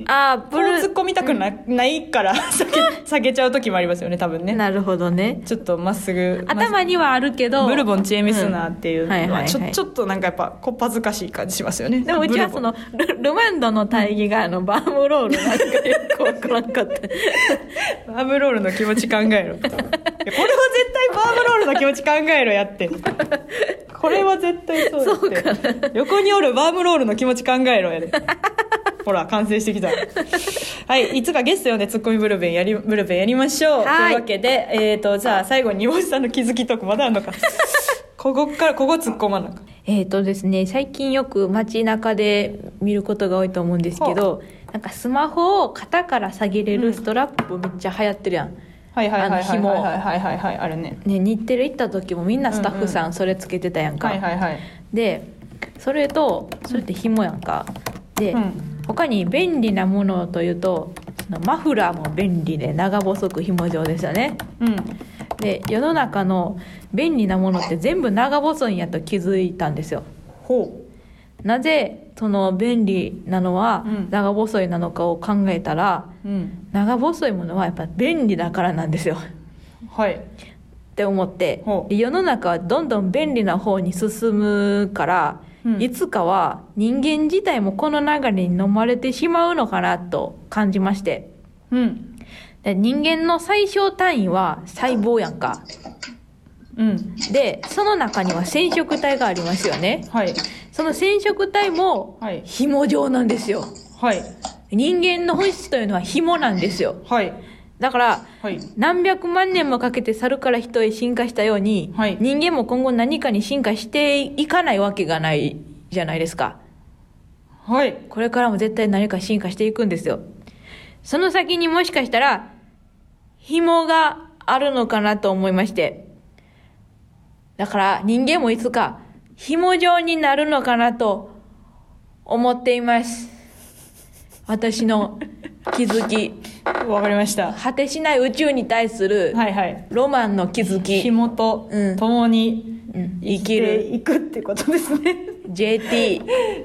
S2: あー
S1: こ
S2: ブ
S1: う
S2: ル
S1: 突っ込みたくな,、ないから (laughs) 下げ下げちゃう時もありますよね多分ね
S2: なるほどね
S1: ちょっとまっすぐ
S2: 頭にはあるけど
S1: ブルボンチエミスナーっていうの
S2: うんはいはいは
S1: はいちょちょっとなんかやっぱこっぱずかしい感じしますよね
S2: でもうちはそのルルマンドの大義があのバームロールなんかよくわからん
S1: (laughs)
S2: かった
S1: ブルボンバームロールの気持ち考えろいやこれは
S2: (laughs)
S1: 絶対バームロールの気持ち考えろやってこれは絶対そうだって横におるバームロールの気持ち考えろやでほら完成してきたはいいつかゲスト呼んでツッコミブルベンやりブルベンやりましょうと
S2: はい
S1: いうわけでえー、とじゃあ最後に煮干しさんの気づきトークまだあんのかここからここ突っ込まなあかん
S2: えっ、とですね最近よく街中で見ることが多いと思うんですけどなんかスマホを肩から下げれるストラップめっちゃ流行ってるやん、
S1: はいはいはいはいはい
S2: あの紐
S1: はいはいはいはいあるね
S2: ね、日テレ行った時もみんなスタッフさんそれつけてたやんか、
S1: はいはいはい
S2: でそれとそれって紐やんかで、
S1: うん
S2: 他に便利なものというとそのマフラーも便利で長細く紐状ですよね
S1: うん
S2: で世の中の便利なものって全部長細いんやと気づいたんですよ
S1: ほ
S2: なぜその便利なのは
S1: うん
S2: 長細いなのかを考えたら、
S1: ううん
S2: 長細いものはやっぱ便利だからなんですよ (laughs) っ
S1: はい
S2: て思って
S1: ほう
S2: で世の中はどんどん便利な方に進むから、
S1: うん
S2: いつかは人間自体もこの流れに飲まれてしまうのかなと感じまして
S1: うん
S2: で人間の最小単位は細胞やんか
S1: うん
S2: でその中には染色体がありますよね
S1: はい
S2: その染色体も
S1: はい
S2: 紐状なんですよ
S1: はい
S2: 人間の本質というのは紐なんですよ
S1: はい
S2: だから
S1: はい
S2: 何百万年もかけて猿から人へ進化したように、
S1: はい
S2: 人間も今後何かに進化していかないわけがないじゃないですか
S1: はい
S2: これからも絶対何か進化していくんですよその先にもしかしたら紐があるのかなと思いましてだから人間もいつか紐状になるのかなと思っています私の気づき
S1: わかりました
S2: 果てしない宇宙に対する
S1: はいはい
S2: ロマンの気づき、
S1: 紐と
S2: うん
S1: 共に
S2: うん生
S1: 生
S2: き
S1: き
S2: る
S1: ていくってことですね (laughs)
S2: JT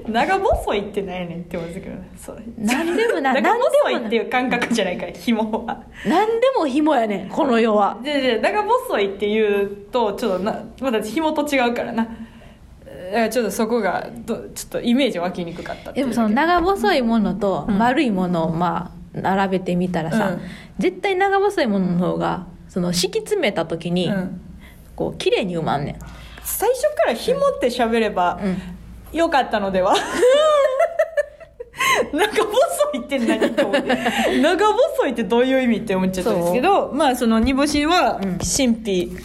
S1: 長細いってないねんって思うんですけどねそう
S2: 何でも
S1: (laughs)
S2: な
S1: 長細いって
S2: い
S1: いう感覚じゃないから紐は
S2: 何でも紐やねんこの世は
S1: でで長細いっていうとちょっとなまだ紐と違うからなだからちょっとそこがどちょっとイメージ湧きにくかったってい
S2: で
S1: う
S2: もその長細いものと
S1: うん
S2: 丸いものをまあ並べてみたらさ、
S1: うん
S2: 絶対長細いものの方がその敷き詰めた時に
S1: うん
S2: こう綺麗に埋まんねん、
S1: 最初から紐って喋れば
S2: うん
S1: よかったのでは (laughs) 長細いって何と思って長細いってどういう意味って思っちゃったんですけどまあその煮干しは
S2: うん
S1: 神秘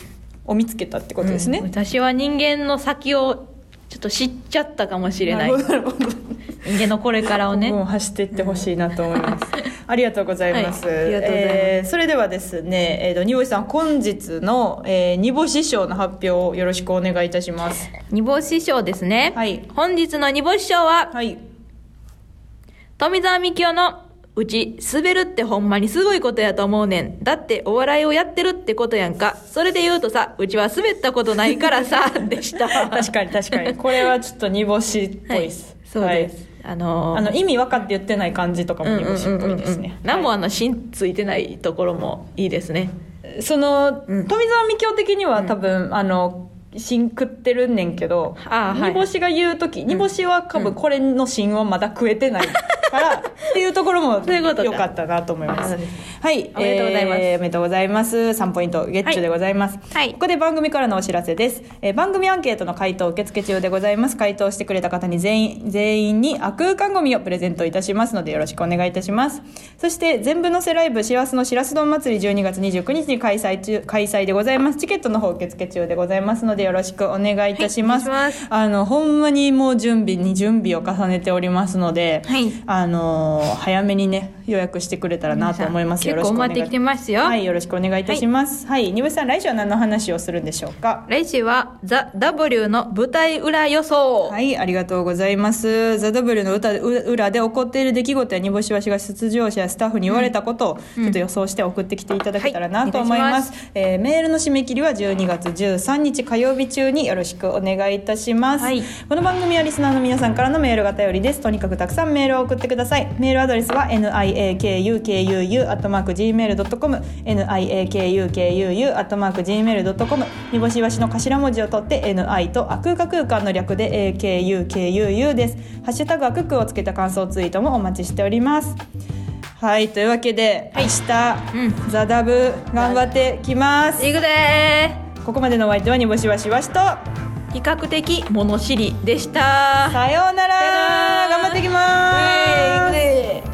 S1: を見つけたってことですね、
S2: うん私は人間の先をちょっと知っちゃったかもしれない
S1: る
S2: 人
S1: ほどるほど
S2: 間のこれから (laughs) を
S1: (laughs)
S2: ね、
S1: もう走っていってほしいなと思います。ありがとうございます。
S2: はいありがとうございます
S1: えーそれではですね、えーと、煮干しさん、本日の、えー、煮干し賞の発表をよろしくお願いいたします。
S2: 煮干し賞ですね、
S1: はい
S2: 本日の煮干し賞は
S1: はい。
S2: 富澤美樹夫のうち滑るってほんまにすごいことやと思うねんだってお笑いをやってるってことやんかそれで言うとさうちは滑ったことないから
S1: (laughs)
S2: さでした
S1: 確かに確かに。これはちょっと煮干しっぽいです。
S2: そうです、あの
S1: はい。
S2: ー
S1: あの、意味分かって言ってない感じとか
S2: うん
S1: も
S2: うん
S1: 煮干しっぽいです
S2: うん
S1: ね
S2: う。ん何もあの芯ついてないところもいいですね、
S1: その、
S2: うん
S1: 富澤美京的には多分、あの芯食ってるんねんけど
S2: あーはい
S1: 煮干しが言う時煮干しは多分これの芯はまだ食えてない
S2: (laughs)
S1: から、っていうところも
S2: そういうことか
S1: よかったなと思いま
S2: あ
S1: す
S2: そうです
S1: はい
S2: おめでとうございます
S1: えーおめでとうございます3ポイントゲッチュでございます、
S2: はい
S1: ここで番組からのお知らせです、えー番組アンケートの回答受付中でございます回答してくれた方に全員全員に悪空間ゴミをプレゼントいたしますのでよろしくお願いいたしますそして全部のせライブ「しらすのしらす丼祭り」12月29日に開催中開催でございますチケットの方受付中でございますのでよろしくお願いいたします,、
S2: はいお願いし
S1: あのほんまにもう準備に準備を重ねておりますので、
S2: はい
S1: あのー早めにね予約してくれたらなと思いますよろ
S2: 結
S1: し
S2: 構
S1: くお願い
S2: 待ってきてますよ、
S1: はい、よろしくお願いいたします。はい、にぶさん、来週は何の話をするんでしょうか。
S2: 来週は「ザ・ w の舞台裏予想、
S1: はい、ありがとうございます。ザ・ダブルの歌う裏で起こっている出来事や煮干しわしが出場者やスタッフに言われたことをちょっと予想して送ってきていただけたら
S2: は
S1: ないと思います。
S2: お
S1: えーメールの締め切りは12月13日火曜日中によろしくお願いいたします。
S2: はい
S1: この番組はリスナーの皆さんからのメールが頼りです。とにかくたくさんメールを送ってください。メールアドレスは niakukuu.gmail.com niakukuu.gmail.com にぼしわしの頭文字を取って ni とあくうか空間の略で akukuu です。ハッシュタグあくくをつけた感想ツイートもお待ちしております。はい、というわけで、明日、ザダブ頑張ってきます。
S2: いくでー
S1: ここまでのお相手はにぼしわしわしと、
S2: 比較的物知りでした
S1: さようなら
S2: さようなら
S1: 頑張ってきます
S2: ウェイ